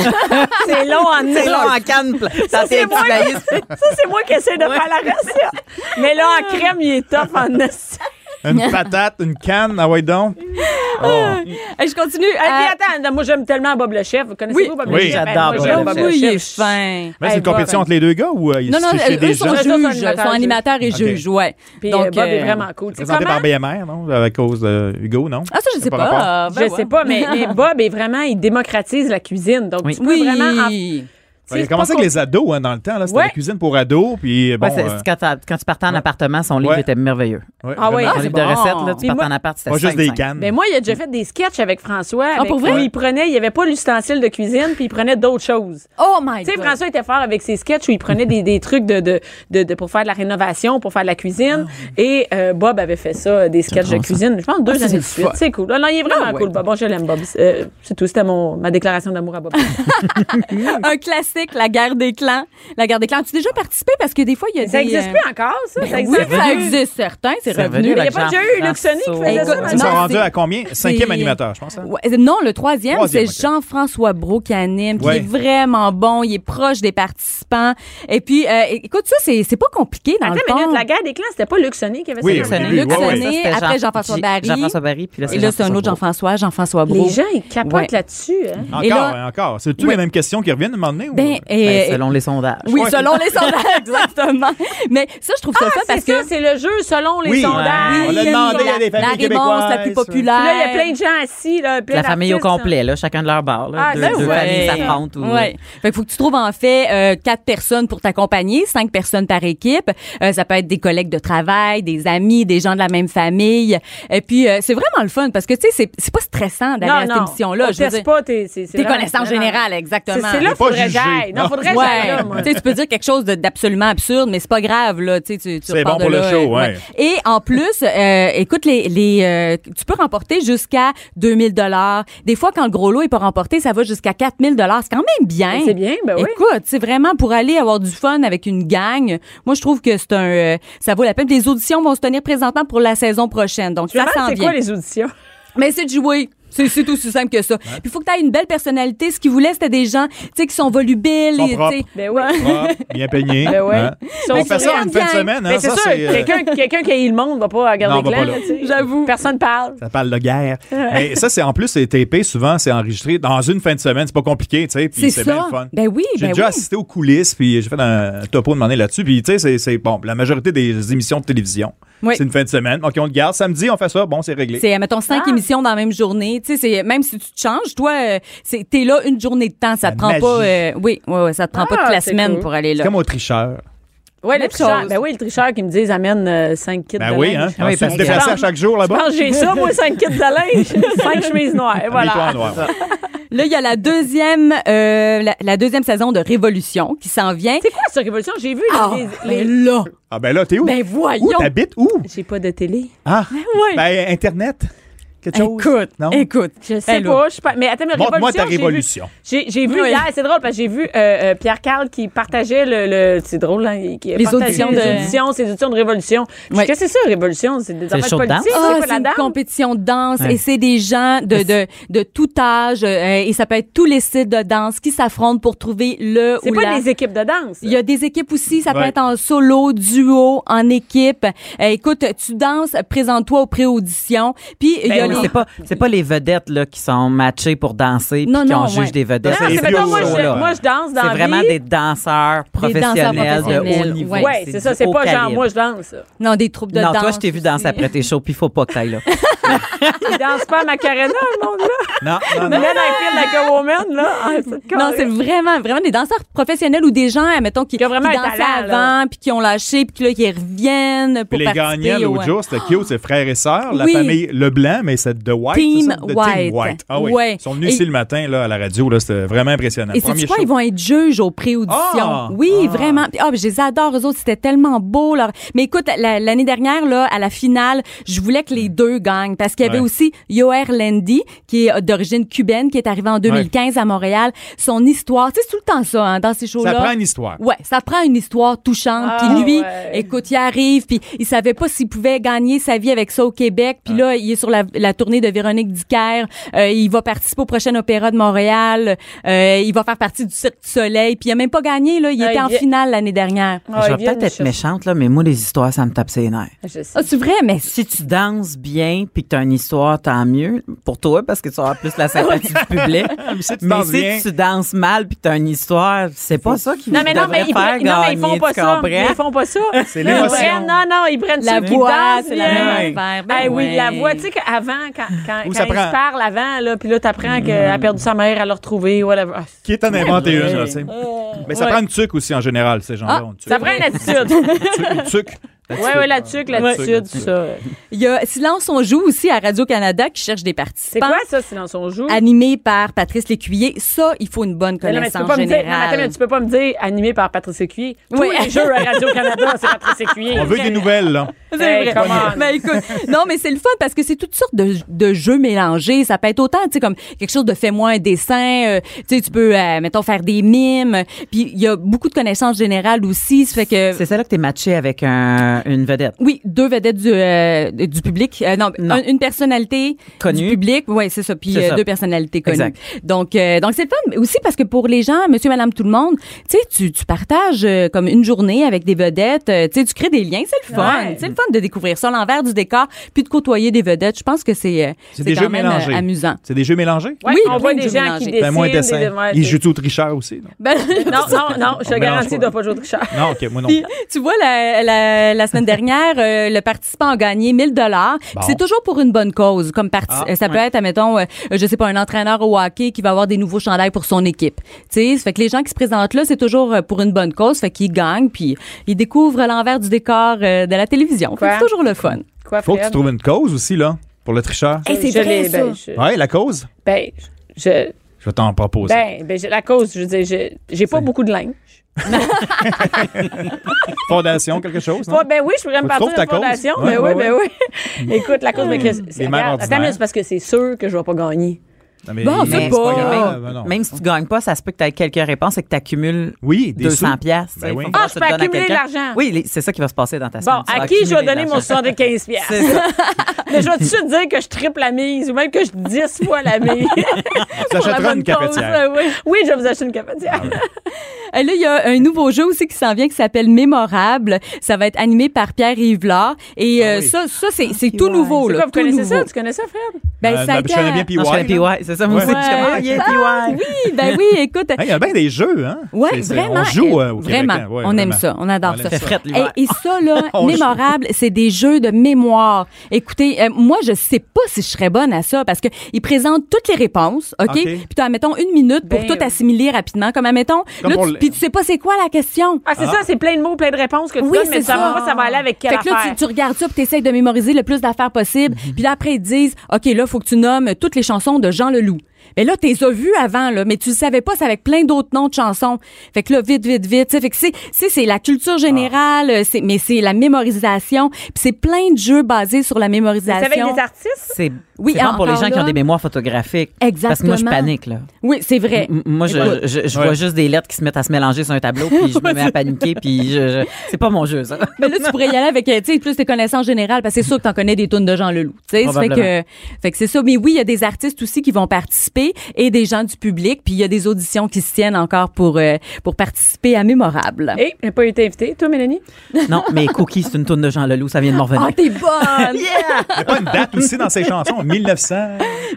C: C'est long en
E: C'est
C: long.
E: là en canne. Ça, Ben,
C: Ça, c'est
E: c'est
C: moi,
E: maïs.
C: ça, c'est moi qui essaie de faire la recette. Mais là, en crème, il est top en esti.
F: Une patate, une canne, ah ouais, donc. Oh.
D: Hey, je continue.
C: Hey,
D: à-
C: puis attends, non, moi, j'aime tellement Bob le Chef. Vous connaissez-vous
D: Oui.
C: Bob le
F: Oui,
C: Chef?
E: j'adore
C: Ben, moi,
E: Bob
C: j'aime
E: le
C: Bob
E: Chef.
D: Oui, il est
C: Chef.
D: fin.
F: Mais c'est
C: Hey,
F: une compétition
C: Bob.
F: entre les deux gars ou euh,
D: Non, non,
F: c'est chez
D: eux
F: des
D: sont
F: gens?
C: juges.
D: juges,
C: Son animateur
D: sont
C: et
D: animateurs et
F: juge.
D: juges, ouais.
C: Puis euh, Bob est
D: euh,
C: vraiment cool. Tu sais,
F: Présenté
C: Comment?
F: par BMR, non? À cause de Hugo, non?
D: Ah, ça, je
F: Ça
D: sais
F: par rapport.
D: pas.
C: Ben Je sais pas, mais, mais Bob est vraiment, il démocratise la cuisine. Donc,
E: Oui.
C: tu peux
D: Oui.
C: vraiment en
F: Il a commencé avec les ados hein, dans le temps. là. C'était
C: Ouais.
F: la cuisine pour ados. Puis bon,
E: Ouais, c'est-
F: euh,
E: quand, t'as- quand tu partais en appartement, son livre
F: Ouais.
E: était merveilleux.
F: ouais,
C: Ah ouais.
F: vraiment.
E: Son livre
C: bon.
E: de recettes, là, tu
C: Mais
E: partais
C: moi-
E: en appart, c'était
F: Pas juste
E: cinq,
F: des
E: cinq.
F: cannes.
C: Mais Ben, moi, il a déjà fait des sketchs avec François. avec-
D: pour vrai?
C: Où il prenait, il n'y avait pas l'ustensile de cuisine, puis il prenait d'autres choses.
D: Oh my
C: Tu sais,
D: God.
C: François était fort avec ses sketchs où il prenait des, des trucs de, de, de, de- pour faire de la rénovation, pour faire de la cuisine. Et euh, Bob avait fait ça, euh, des sketchs de
E: drôle, ça.
C: cuisine. Je pense deux
D: ça,
C: années
D: c'est
C: de suite.
D: fun.
C: C'est cool. Non, non, il est vraiment cool, Bob. Bon, je l'aime, Bob. Euh, c'est tout. C'était mon- ma déclaration d'amour à Bob.
D: Un classique, la guerre des clans. La guerre des clans. As-tu déjà participé? Parce que des fois, il y a
C: ça
D: des...
C: n'existe
D: euh,
C: plus encore, ça? ça
D: Oui,
C: existe.
D: ça existe, certain. C'est
E: C'est
C: Mais
D: revenu.
C: il n'y a
E: avec
C: pas déjà eu
E: Jean-François.
C: Luc Sonny qui faisait
E: Ah,
D: Écoute,
C: ça?
E: ben,
F: Ils
D: non,
F: sont rendus
D: c'est-
F: à combien? Cinquième
D: c'est-
F: animateur, je pense. hein?
D: Ouais, non, le troisième,
F: Troisième,
D: c'est
F: ok.
D: Jean-François Brault qui anime, qui
F: Ouais.
D: est vraiment bon, il est proche des participants. Et puis, euh, écoute, ça, c'est c'est pas compliqué dans
C: Attends
D: le
C: une minute,
D: fond.
C: la guerre des clans, c'était pas Luc Sonny qui avait
F: Oui,
C: ça?
E: Luc Sonny.
F: oui,
D: Luc
F: ouais, ouais.
D: Sonny,
E: Ça, c'était
D: après
E: Jean-
D: Jean-François
E: J-
D: Barry.
E: Jean-François Barry, puis là, c'est
D: Et là, c'est un autre Jean-François,
E: Jean-François
D: Jean-François Brault.
C: Les gens, ils capotent
D: Ouais.
C: là-dessus. Hein?
F: Encore,
D: Et là-
F: hein, encore. C'est tous
D: Ouais.
F: les mêmes questions qui reviennent à un moment donné? ou-
D: Ben,
E: Brault.
D: et-
E: Ben, selon les sondages.
D: oui,
F: Ouais.
D: selon les sondages, exactement. Mais ça, je trouve Ah, ça le
F: Ah,
D: fun
C: C'est
D: parce
C: ça,
D: que
C: c'est le jeu selon les
F: Oui. hein.
C: sondages.
F: On l'a
D: Oui,
F: demandé
D: la,
F: à des
D: la
F: familles
D: réponse la
F: québécoises.
D: plus populaire.
C: Puis là, il y a plein de gens assis. Là, plein
E: La famille au
C: d'artistes,
E: complet, là, chacun de leur bar. Là,
C: hein. Ah,
E: deux
C: ben
E: deux
C: ouais.
E: familles s'affrontent. ou- euh,
D: Ouais. Fait que faut que tu trouves en fait euh, quatre personnes pour t'accompagner, cinq personnes par équipe. Euh, ça peut être des collègues de travail, des amis, des gens de la même famille. Et puis euh, c'est vraiment le fun parce que tu sais c'est c'est pas stressant
C: hein.
D: d'aller à cette émission là.
C: on teste pas tes, c'est- c'est
D: tes
C: vraiment-
D: connaissances
C: non, non.
D: générales exactement. Ah.
C: C'est c'est là qu'il
F: pas
C: faudrait que
F: jugé.
C: j'aille. Non,
F: Non.
C: faudrait que j'aille là, moi.
D: Ouais. Tu sais, tu peux dire quelque chose de- d'absolument absurde, mais c'est pas grave là. Tu sais, tu, tu
F: C'est
D: repars
F: bon
D: de
F: pour le
D: là,
F: show,
D: euh,
F: ouais.
D: Et en plus, euh, écoute, les, les euh, tu peux remporter jusqu'à 2000 dollars. Des fois, quand le gros lot est pas remporté, ça va jusqu'à 4000 dollars. C'est quand même bien.
C: C'est bien, ben oui.
D: Hein? Écoute, c'est vraiment pour aller avoir du fun avec une gang. Moi, je trouve que c'est un, euh, ça vaut la peine. Les auditions vont se tenir présentement pour la saison prochaine, donc
C: Je me
D: ça
C: demande
D: s'en
C: c'est
D: vient.
C: quoi les auditions?
D: Mais c'est de jouer. C'est c'est aussi simple que ça. Il faut que tu aies une belle personnalité. Ce qu'ils voulaient, c'était des gens, tu sais, qui sont volubiles.
F: Sont
D: et, tu sais,
F: propres.
C: Ben oui.
F: Propre, euh, ah, bien peigné.
C: Ben ouais.
F: hein.
C: Ils sont
F: On fait ça
C: souriants.
F: en une fin de semaine.
C: Mais
F: hein,
C: Ben, c'est
F: ça,
C: sûr,
F: c'est, euh,
C: quelqu'un quelqu'un qui a eu le monde va pas
F: Non,
C: regarder
F: va
C: les
F: pas
C: clans.
F: là.
C: là, tu sais. Personne parle.
F: Ça parle de guerre. Mais ça, c'est en plus, c'est tapé souvent, c'est enregistré dans une fin de semaine. C'est pas compliqué, tu sais. puis
D: C'est
F: C'est
D: ça.
F: bien le fun.
D: Ben oui,
F: J'ai
D: ben
F: déjà
D: oui.
F: assisté aux coulisses, puis j'ai fait un topo de demander là-dessus. Puis, tu sais, c'est- c'est bon. La majorité des émissions de télévision,
D: Oui.
F: c'est une fin de semaine. OK, on le garde. Samedi, on fait ça. Bon, c'est réglé.
D: C'est, mettons,
C: Ah.
D: cinq émissions dans la même journée. Tu sais, c'est- même si tu te changes, toi, euh, c'est- t'es là une journée de temps. Ça te
F: La
D: prend
F: magie.
D: pas, euh, oui, ouais, ouais, ça te prend pas toute
C: Ah,
D: la
C: c'est
D: semaine
C: cool.
D: pour aller
F: C'est
D: là.
F: comme au tricheur.
C: Oui, le
D: Même
C: tricheur.
D: chose.
C: Ben oui, le tricheur qui me dit amène 5 kits de
F: Ben oui, hein.
C: linge.
F: Tu vas
E: parce
F: se
E: que-
F: déplacer à chaque jour
C: Je
F: là-bas.
C: pense que j'ai ça, moi, 5 kits de linge, 5 chemises noires. Et
F: Habille-toi
C: voilà.
F: en noir.
D: Là, il y a la deuxième, euh, la, la deuxième saison de Révolution qui s'en vient.
C: C'est quoi cette révolution? J'ai vu les-
D: Ah,
C: les-
D: mais
C: les.
D: là,
F: Ah, ben là, t'es où?
D: ben
F: Où
D: voyons.
F: t'habites? Où?
C: J'ai pas de télé.
F: Ah,
D: ouais.
F: ben Internet. Quelque chose.
D: écoute,
F: Non?
D: écoute.
C: Je sais
D: Ben là.
C: pas, je suis pas. Mais attends, mais
F: Montre-moi ta
C: j'ai vu-
F: révolution.
C: J'ai j'ai vu
D: Oui.
C: hier, c'est drôle parce que j'ai vu euh, euh, Pierre Carl qui partageait le, le- c'est drôle hein, il- qui
D: Les
C: partageait
D: auditions
C: les
D: de-
C: auditions, ses auditions de révolution. Je dis,
D: Oui.
C: Qu'est-ce que c'est ça révolution, c'est des
E: C'est
C: affaires
E: le show de
C: politiques, c'est
D: Ah,
C: quoi
D: c'est
C: la
D: une
C: dame
D: compétition de danse
E: Ouais.
D: et c'est des gens de, de, de tout âge euh, et ça peut être tous les styles de danse qui s'affrontent pour trouver le
C: C'est
D: ou
C: pas
D: la
C: des équipes de danse.
D: Il y a des équipes aussi, ça peut
F: Ouais.
D: être en solo, duo, en équipe. Euh, écoute, tu danses, présente-toi aux pré-auditions. Puis il y a
E: Ben oui,
D: les-
E: C'est pas, c'est pas les vedettes là, qui sont matchées pour danser puis
D: Non,
E: qui
D: non,
E: en jugent
D: ouais.
E: des vedettes.
C: Non,
F: c'est
C: c'est
F: les
C: mettons, moi,
F: vieux,
C: je,
F: là.
C: moi je danse dans
E: C'est
C: la
E: vraiment
C: vie.
E: des danseurs professionnels de haut
D: professionnels,
E: niveau.
D: ouais.
C: Ouais, c'est ça, c'est
E: du haut
C: pas genre
E: calibre.
C: moi je danse.
D: non des troupes de
E: non,
D: danse.
E: toi, je t'ai vu danser après tes shows, puis faut pas que t'ailles là.
C: Ils dansent pas à Macarena, le monde là.
F: Non, non, non.
C: Mène un like a woman là. Ah, c'est
D: Non, c'est vraiment vraiment des danseurs professionnels ou des gens, euh, mettons, qui,
C: Qui ont vraiment un
D: dansaient
C: talent, là.
D: avant, puis qui ont lâché, puis qui là, qui reviennent pour
F: Puis les
D: participer. euh,
F: gagnants l'autre
D: ouais.
F: jour, c'était cute, c'est frères et sœurs, la
D: Oui.
F: famille Leblanc, mais c'est The White.
D: Team
F: c'est ça? The
D: White.
F: Team White. Ah oui.
D: Ouais.
F: Ils sont venus
D: Et-
F: ici le matin là, à la radio, là, c'était vraiment impressionnant.
D: Et
F: Premier
D: c'est quoi,
F: show.
D: ils vont être juges aux pré-auditions.
F: Ah!
D: oui, vraiment. Puis, Ah, puis je les adore, eux autres, c'était tellement beau. Leur... Mais écoute, la- l'année dernière, là, à la finale, je voulais que les deux gagnent parce qu'il y avait
F: Ouais.
D: aussi Yoer Lendi, qui est euh, d'origine cubaine, qui est arrivé en 2015 à Montréal. Son histoire, tu sais, c'est tout le temps ça, hein, dans ces shows-là.
F: Ça prend une histoire.
D: Ouais, ça prend une histoire touchante.
C: Ah,
D: puis lui,
C: ouais.
D: écoute, il arrive, puis il savait pas s'il pouvait gagner sa vie avec ça au Québec. Puis là, il est sur la, la tournée de Véronique Dicker. Euh, il va participer au prochain opéra de Montréal. Euh, il va faire partie du Cirque du Soleil. Puis il a même pas gagné, là. Il
C: Ah,
D: était
C: il
D: en
C: vient-
D: finale l'année dernière.
C: Ah,
E: je vais peut-être être méchante, là, mais moi, les histoires, ça me tape ses nerfs.
C: Je sais.
D: Ah, c'est vrai, mais c'est-
E: Si tu danses bien puis que tu as une histoire, tant mieux pour toi parce que tu auras plus la sympathie du public. mais si tu
F: danses
E: danses,
F: bien-
E: mal puis que tu as une histoire, c'est pas ça qui
C: Non, mais non, mais ils,
E: faire
C: non, mais
E: gagner,
C: ils font pas
E: tu
C: ça.
E: comprends?
C: Mais Ils font pas ça.
F: l'émotion.
C: Ils prennent- Non, non, ils prennent
D: la
C: ceux qui
D: voix,
C: dansent
D: c'est la
C: bien.
D: même affaire. Ben
C: Eh oui, la voix, tu sais qu'avant, avant, quand, quand,
F: Ou
C: quand
F: ça
C: ils
F: prend-
C: se parlent avant, là, puis là, t'apprends qu'elle a perdu sa mère, à l'a retrouver, whatever. Ah, c'est-
F: Qui est en inventer une, là, tu sais. Mais ça
C: ouais.
F: prend une tuque aussi, en général, ces gens-là.
C: Ah,
F: ont une tuque.
C: ça prend une attitude.
F: Une tuque. La
C: ouais,
F: tuque.
C: ouais, la tuque,
F: Ouais.
C: l'attitude, tout ça.
D: Il y a Silence on joue aussi à Radio-Canada qui cherche des
C: C'est
D: participants.
C: quoi ça, silence on joue?
D: Animé par Patrice Lécuyer. Ça, il faut une bonne
C: Mais non, mais tu peux
D: connaissance
C: pas me dire, non, mais attends, mais
D: générale.
C: tu peux pas me dire animé par Patrice Écuyer. Tous
D: Oui.
C: les jeux à Radio-Canada, c'est Patrice Écuyer.
F: On veut des nouvelles, là.
C: Hey,
D: C'est vrai.
C: come on.
D: Ben, écoute, non, mais c'est le fun parce que c'est toutes sortes de, de jeux mélangés. Ça peut être autant, tu sais, comme quelque chose de fais-moi un dessin. euh, tu sais, tu peux, euh, mettons, faire des mimes. Puis il y a beaucoup de connaissances générales aussi. Ça fait que
E: C'est celle-là que t'es matché avec un- une vedette.
D: Oui, deux vedettes du, euh, du public. Euh, non,
E: Non.
D: un- une personnalité
E: Connue.
D: du public. Oui, c'est ça. Puis
E: C'est
D: euh,
E: ça.
D: deux personnalités connues.
E: Exact.
D: Donc, euh, donc c'est le fun mais aussi parce que pour les gens, monsieur, madame, tout le monde, tu sais, tu, tu partages euh, comme une journée avec des vedettes. euh, tu sais, tu crées des liens. C'est le fun.
C: Ouais.
D: C'est le fun de découvrir ça, l'envers du décor, puis de côtoyer des vedettes. Je pense que c'est euh,
F: C'est des
D: quand
F: jeux
D: même
F: mélangés.
D: euh, amusant.
F: C'est des jeux mélangés?
C: Ouais,
D: Oui,
C: on
D: plein
C: voit
D: de
C: des
D: jeux
C: gens qui
D: mélangés.
C: dessinent.
F: Ben, moi, un
C: des-
F: dessin.
C: ouais,
F: Il
C: c'est-
F: joue tout tricheur aussi. non?
D: Ben,
C: Non, non, non, je te
F: On mélange
C: garantis,
F: pas.
C: il doit pas jouer de Richard.
F: Non, OK, moi non.
D: Puis, tu vois, la, la, la semaine dernière, euh, le participant a gagné 1000 dollars.
F: Bon.
D: C'est toujours pour une bonne cause. Comme parti-
E: Ah,
D: euh, ça peut
E: ouais.
D: être, admettons, euh, je sais pas, un entraîneur au hockey qui va avoir des nouveaux chandails pour son équipe. Tu sais, ça fait que les gens qui se présentent là, c'est toujours euh, pour une bonne cause. Ça fait qu'ils gagnent, puis ils découvrent l'envers du décor euh, de la télévision. Fait que
C: Quoi?
D: C'est toujours le fun.
C: Quoi,
F: Faut que tu
C: Fred?
F: trouves une cause aussi, là, pour le tricheur.
D: Eh,
C: Je-
G: Hey, c'est
C: je
G: vrai,
C: l'ai-
G: ça.
C: ben, je-
F: Ouais, la cause?
C: Ben, je.
F: Je vais t'en proposer.
C: Ben, ben, j'ai- la cause, je veux dire, j'ai- j'ai pas beaucoup de linge.
F: Fondation, quelque chose, non?
C: Pas- ben oui, je pourrais me
F: Faut
C: partir
F: trouver
C: de
F: ta cause.
C: fondation.
F: Ouais,
C: ben
F: ouais,
C: oui, ben oui. Écoute, la cause, ben, que c'est-
F: Les mères
C: regarde,
F: ordinaires.
C: Attends, mais c'est parce que c'est sûr que je vais pas gagner.
F: Non, mais-
D: Bon, c'est
F: mais
D: pas-
C: Ah,
F: grave,
C: ben
F: ben
E: Même,
F: non.
E: même si tu gagnes pas, ça se peut que tu aies quelques réponses et que tu accumules
F: Oui, des
E: 200
F: sous.
E: piastres. tu
F: Ben
E: sais,
F: oui.
E: faut
F: Ah,
E: voir
C: je
E: si tu
C: peux
E: le donnes à
C: accumuler de
E: quelqu'un.
C: l'argent.
E: Oui, les- c'est ça qui va se passer dans ta
C: Bon,
E: semaine. Tu vas
C: à qui je vais
E: accumuler
C: donner
E: de
C: mon
E: l'argent.
C: 75 pièces
E: C'est ça.
C: Mais je vais tout de suite dire que je triple la mise ou même que je 10 fois la mise.
F: Tu
C: Pour la
F: achèteras
C: bonne
F: une
C: cause,
F: cafetière. Ah
C: oui. Oui, je vais vous acheter une cafetière.
D: Euh, Là, il y a un nouveau jeu aussi qui s'en vient qui s'appelle Mémorable. Ça va être animé par Pierre Yvelard. Et euh,
F: Ah oui.
D: ça, ça c'est
C: Ah,
D: c'est tout nouveau.
C: C'est
D: là,
C: quoi, vous
D: Oh, tout
C: connaissez
D: nouveau.
C: ça? Tu connais ça, Fred?
D: Ben,
F: Euh,
D: ça a
F: ben,
D: été
F: je connais
D: à-
F: bien PY.
E: Non, je connais
F: là.
E: PY, c'est ça, moi aussi.
F: Ouais.
E: Je suis comme, ah, il y a PY.
D: Oui, ben oui, écoute.
F: Hey, Il y a bien des jeux, hein?
D: Ouais,
F: C'est- c'est-
D: vraiment.
F: On joue
D: euh,
F: euh, au Québec,
D: Vraiment,
F: hein? Ouais,
D: on aime
F: vraiment.
D: ça, on adore
F: On
D: ça.
F: aime
E: ça. Fait frette l'hiver.
D: Et, et ça, là,
F: On joue.
D: mémorable, c'est des jeux de mémoire. Écoutez, euh, moi, je sais pas si je serais bonne à ça parce que ils présentent toutes les réponses, OK?
F: OK.
D: Puis tu as, mettons, une minute pour
C: Ben,
D: tout assimiler rapidement. Comme, admettons,
F: Comme
D: là,
F: pour
D: tu-
F: le-
D: puis tu sais pas c'est quoi la question.
C: Ah, c'est ça, c'est plein de mots, plein de réponses que tu
D: Oui,
C: donnes, mais
D: c'est
C: tu savais
D: ça.
C: pas ça va aller avec quelle
D: Fait que là, tu,
C: affaire. Mhm.
D: tu regardes ça, puis t'essayes de mémoriser le plus d'affaires possible. Puis là, après, ils te disent, OK, là, faut que tu nommes toutes les chansons de Jean Leloup. Mais là, t'es as vues avant, là, mais tu le savais pas, c'est avec plein d'autres noms de chansons. Fait que là, vite, vite, vite. tu sais. Fait que c'est, c'est, c'est la
C: Ah.
D: culture générale, euh, c'est, mais c'est la mémorisation. Puis c'est plein de jeux basés sur la mémorisation.
C: C'est avec des artistes?
E: C'est
D: Oui,
E: c'est bon pour les
D: encore
E: gens qui
D: là.
E: ont des mémoires photographiques. Parce que moi, je
D: Exactement.
E: panique, là.
D: Oui, c'est vrai.
C: Mm,
E: M- Moi, je, je, je vois
F: Ouais.
E: juste des lettres qui se mettent à se mélanger sur un tableau, puis je me mets à paniquer, puis je, je- c'est pas mon jeu, ça.
D: Mais là, tu pourrais y aller avec, euh, tu sais, plus tes connaissances générales, parce que c'est sûr que t'en connais des tunes de Jean Leloup. Tu sais, ça fait que,
E: Probablement.
D: fait que c'est ça. Mais oui, il y a des artistes aussi qui vont participer et des gens du public, puis il y a des auditions qui se tiennent encore pour, euh, pour participer à Mémorable.
C: Eh, j'ai pas été invitée. Toi, Mélanie?
E: Non, mais Cookie, c'est une tourne de Jean Leloup, ça vient de m'en revenir.
D: Ah, t'es bonne!
F: Il y a pas une date aussi dans ces chansons. 1900.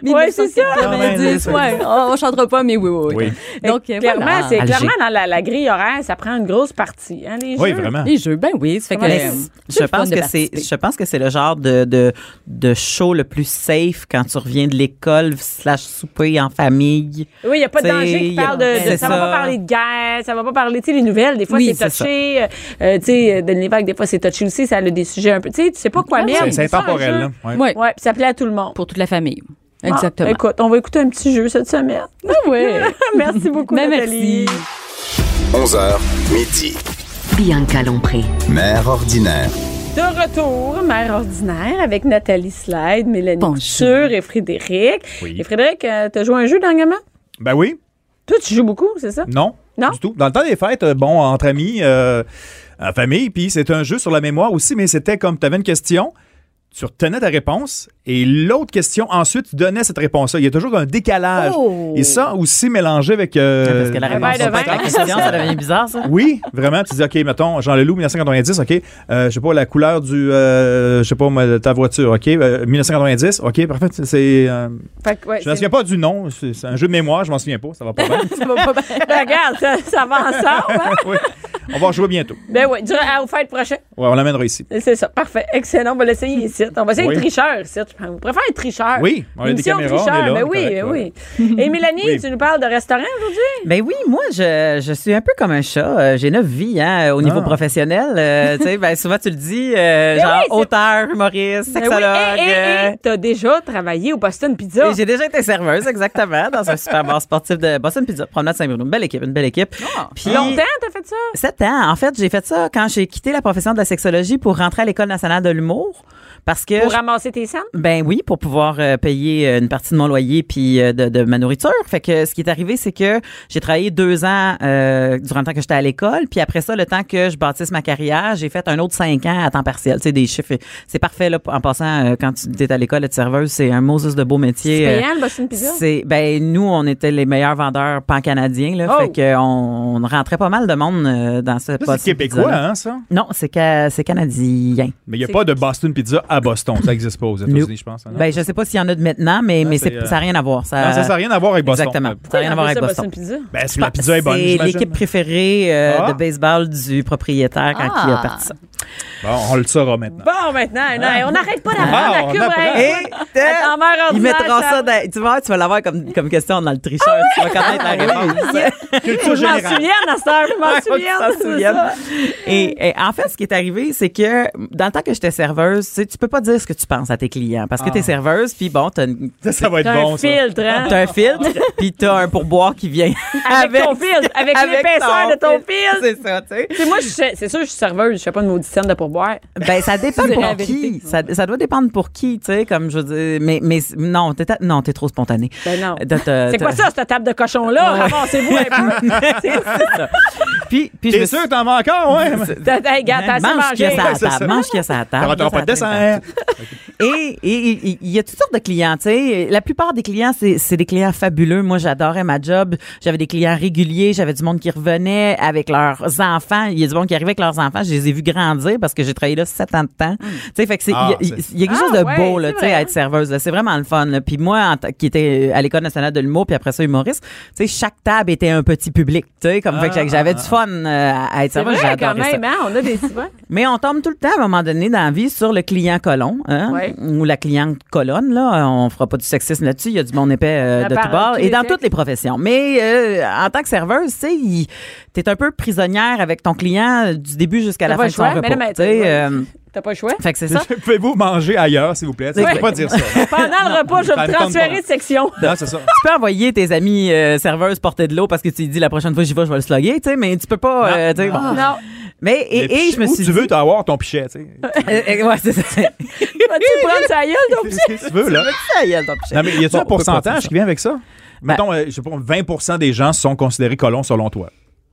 C: Ouais, c'est ça.
D: 1990,
F: Ah, ben,
D: ouais. On, on chantera pas, mais oui, oui, oui. Donc, euh,
C: Eh, clairement,
D: voilà.
C: c'est
E: Alger.
C: clairement dans la, la grille horaire, ça prend une grosse partie, hein, les
F: Oui,
C: jeux.
F: vraiment.
D: Les jeux, ben oui, ça fait que,
E: Mais
D: euh, c'est
E: je
D: le fun
E: pense
D: de
E: que c'est
D: participer.
E: je pense que c'est le genre de, de de show le plus safe quand tu reviens de l'école slash souper en famille.
C: Oui, il n'y a pas de
E: C'est-
C: danger qui parle de. de-
E: c'est
C: ça ne va pas
E: ça.
C: parler de guerre, ça ne va pas parler. Tu sais, les nouvelles, des fois,
E: Oui,
C: c'est
E: c'est
C: touché. Euh, tu sais, euh, Denis Lévesque, des fois, c'est touché aussi. Ça a des sujets un peu. Tu sais, tu sais pas
D: Ben
C: quoi mettre.
F: C'est- C'est
C: ça, un jeu.
F: intemporel, là. Ouais.
D: Ouais,
C: Ouais, puis ça plaît à tout le monde.
D: pour toute la famille.
C: Ah,
D: Exactement.
C: écoute, on va écouter un petit jeu cette semaine.
D: Ah ouais.
C: merci beaucoup,
D: Ben,
C: Nathalie.
D: merci.
B: 11h, midi.
A: Bianca Lompré.
B: Mère ordinaire.
C: De retour, Mère ordinaire, avec Nathalie Slide, Mélanie
D: Bonjour.
C: Couture et Frédéric.
F: Oui.
C: Et Frédéric, euh, t'as joué à un jeu dernièrement?
F: Ben oui,
C: Toi, tu joues beaucoup, c'est ça?
F: non.
C: Non?
F: Du tout. Dans le temps des fêtes, euh, bon, entre amis, euh, en famille, puis c'est un jeu sur la mémoire aussi, mais c'était comme tu avais une question, tu retenais ta réponse, et l'autre question, ensuite, tu donnais cette réponse-là. Il y a toujours un décalage.
D: Oh.
F: Et ça aussi mélangé avec. euh,
E: parce que la
C: un verre
E: réponse
C: de
E: peut être
C: vin.
E: la question, ça devient bizarre ça.
F: Oui, vraiment. Tu dis, OK, mettons, Jean Leloup, 1990, OK. Euh, je sais pas, la couleur du, euh, je sais pas, moi, de ta voiture, OK. euh, 1990, OK, parfait. c'est- C'est, euh,
C: Fait que, ouais,
F: je m'en
C: c'est-
F: souviens pas du nom. C'est c'est un jeu de mémoire, je m'en souviens pas. Ça va pas bien.
C: Ben, regarde, ça, ça va ensemble. hein?
F: Oui. On va en jouer bientôt.
C: Ben oui, durant- à- aux fêtes prochaines.
F: Ouais, on l'amènera ici.
C: C'est ça. Parfait. Excellent. On va l'essayer ici. On va essayer
F: Oui.
C: le tricheur ici. Je pense. On préfère être tricheur.
F: Oui, on a des
C: Émission
F: caméras, on est
C: tricheur. Ben
F: là, on est
C: oui, ben
F: correct,
C: oui. Et Mélanie,
F: Oui.
C: tu nous parles de restaurant aujourd'hui?
E: Ben oui, moi, je, je suis un peu comme un chat. Euh, J'ai neuf vies hein, au niveau
F: Ah.
E: professionnel. Euh, tu sais, ben, souvent, tu le dis, euh,
C: Ben
E: genre
C: oui, c'est-
E: auteur, humoriste,
C: Ben
E: sexologue.
C: oui. Et,
E: euh,
C: t'as déjà travaillé au Boston Pizza.
E: Et J'ai déjà été serveuse, exactement, dans un super bar sportif de Boston Pizza, Promenade Saint-Bruno. Une belle équipe, une belle équipe.
C: Ah,
E: Puis,
C: Longtemps, t'as fait ça?
E: Sept ans. En fait, j'ai fait ça quand j'ai quitté la profession de la sexologie pour rentrer à l'École nationale de l'humour. Parce que
C: Pour ramasser tes scènes?
E: ben oui, pour pouvoir euh, payer euh, une partie de mon loyer puis euh, de, de ma nourriture. Fait que ce qui est arrivé, c'est que j'ai travaillé deux ans euh, durant le temps que j'étais à l'école, puis après ça, le temps que je bâtisse ma carrière, j'ai fait un autre cinq ans à temps partiel. Tu sais, des chiffres, c'est parfait là. En passant, euh, quand tu es à l'école, être serveuse, c'est un Moses de beau
C: C'est
E: métier. Euh,
C: payant, le Boston Pizza?
E: c'est ben nous on était les meilleurs vendeurs pan canadiens là,
C: Oh.
E: fait que on, on rentrait pas mal de monde euh, dans ce
F: Ça, C'est
E: poste
F: québécois, hein, ça?
E: Non, c'est ca- c'est canadien.
F: Mais il n'y a
C: C'est-
F: pas de Boston Pizza à Boston. Ça n'existe pas aux États-Unis, je pense. hein, non?
E: Ben je sais pas s'il y en a de maintenant, mais
F: Non,
E: mais
F: c'est,
E: c'est-
F: euh,
E: ça n'a rien à voir. Ça,
F: non, ça n'a rien à voir avec Boston.
E: Exactement.
F: Euh,
E: Ça n'a rien à voir avec Boston.
C: Pizza.
F: Ben, c'est que la pizza est bonne,
E: C'est
F: j'imagine.
E: l'équipe préférée euh,
F: Ah.
E: de baseball du propriétaire quand il a
D: Ah.
E: parti ça.
F: Bon, on le saura maintenant.
C: Bon, maintenant,
E: Ah.
C: non, on n'arrête pas d'apprendre
F: Ah,
C: à
F: on
C: Cube
F: apprend.
C: Radio. Attends, mère
E: euh, il
C: ordinaire,
E: mettra
C: ça-
E: ça dans, tu vas tu vas l'avoir comme comme question dans le tricheur,
C: Ah
E: tu vas connaître la réponse.
F: Ah, Culture
C: Je m'en
F: générale.
C: souviens, à cette heure, je m'en
E: Faut qu'ils
C: souviens.
E: s'en
C: c'est
E: souviennent.
C: ça.
E: Et, et en fait, ce qui est arrivé, c'est que dans le temps que j'étais serveuse, tu sais, tu peux pas dire ce que tu penses à tes clients parce que t'es serveuse, puis bon, t'as une-
F: Ça, ça va être
C: T'as un
F: bon, ça.
C: filtre, hein?
E: Ah. t'as un filtre, puis t'as un pourboire qui vient
C: Avec ton filtre, avec l'épaisseur de ton filtre.
E: C'est ça, tu sais.
C: Tu sais, moi, je sais- c'est sûr, je suis serveuse, je fais pas de maudite scène de pourboire.
E: Ben, ça dépend
D: dirais la
E: pour
D: vérité.
E: qui. Ça, ça doit dépendre pour qui, tu sais, comme je veux dire. Mais, mais non, t'es, non, t'es trop spontané.
C: Ben non.
E: Euh, t'as- t'as-
C: C'est quoi
E: t'as-
C: ça, cette table de cochon-là?
E: Ouais.
C: Ramassez-vous un peu.
E: Puis, puis je me
F: T'es
E: suis-
F: sûr, t'en vas encore, ouais? mais-
C: T'as- t'as- hey, gars, t'as assez
E: mange qu'il y a
C: mangé.
E: ça à
F: Ouais, c'est ça.
E: table. Mange qu'il y a Ah, ça à table.
F: T'auras pas de dessert.
E: Et et- et- il y a toutes sortes de clients, tu sais. La plupart des clients, c'est c'est des clients fabuleux. Moi, j'adorais ma job. J'avais des clients réguliers. J'avais du monde qui revenait avec leurs enfants. Il y a du monde qui arrivait avec leurs enfants. Je les ai vus grandir parce que j'ai travaillé là sept ans de temps. Tu sais, fait que c'est, il
F: Ah,
E: y, a-
F: c'est-
E: il y a quelque
C: Hmm. Ah,
E: chose de
C: ouais,
E: beau, là,
C: c'est
E: tu sais,
C: vrai.
E: à être serveuse. là. C'est vraiment le fun, là. Puis moi, en tant- qui était euh, à l'École nationale de l'humour, puis après ça, humoriste, tu sais, chaque table était un petit public, tu sais. Comme, fait que j'avais du fun euh, à être
C: Ah. C'est
E: serveuse.
C: vrai, quand
E: J'adorais ça.
C: même, hein? On a des souvenirs.
E: Mais on tombe tout le temps, à un moment donné, dans la vie, sur le client colon, hein,
C: Ouais.
E: ou la cliente colonne, là. Euh, On fera pas du sexisme là-dessus. Il y a du bon épais euh,
C: La
E: de
C: parole,
E: tout bord
C: tous
E: et
C: les
E: dans
C: sexes.
E: toutes les professions. Mais euh, en tant que serveuse, tu sais, il- t'es un peu prisonnière avec ton client euh, du début jusqu'à
C: T'as
E: la
C: pas
E: fin
C: le
E: de son
C: choix.
E: repas.
C: Mais là, mais-
E: tu sais, euh,
C: T'as pas le choix?
E: fait que c'est ça.
F: Pouvez-vous manger ailleurs, s'il vous plaît? Tu
E: Ouais.
F: peux pas dire ça.
C: Pendant le repas, je vais
F: Ça
C: me
F: me tente
C: transférer
F: pas.
C: de section.
F: Non, c'est ça.
E: tu peux envoyer tes amis euh, serveuses porter de l'eau parce que tu dis la prochaine fois que j'y vais, je vais le slugger, tu sais, mais tu peux pas. euh, tu sais,
F: Ah.
E: bon.
C: Non.
E: Mais et,
F: Le
E: et
F: pichet,
E: je me
F: où
E: suis
F: tu
E: dit-
F: veux t'avoir ton pichet, tu sais.
E: Euh, euh, ouais, c'est ça.
C: Vas-tu prendre sa gueule, ton petit?
F: Qu'est-ce que tu veux, là?
E: Ta gueule, ton pichet.
F: Non, mais y a-tu
E: Bon,
F: un
E: on peut pas faire
F: pourcentage
E: ça. Ben,
F: qui vient avec ça? Mettons, euh, je sais pas, 20 des gens sont considérés colons selon toi.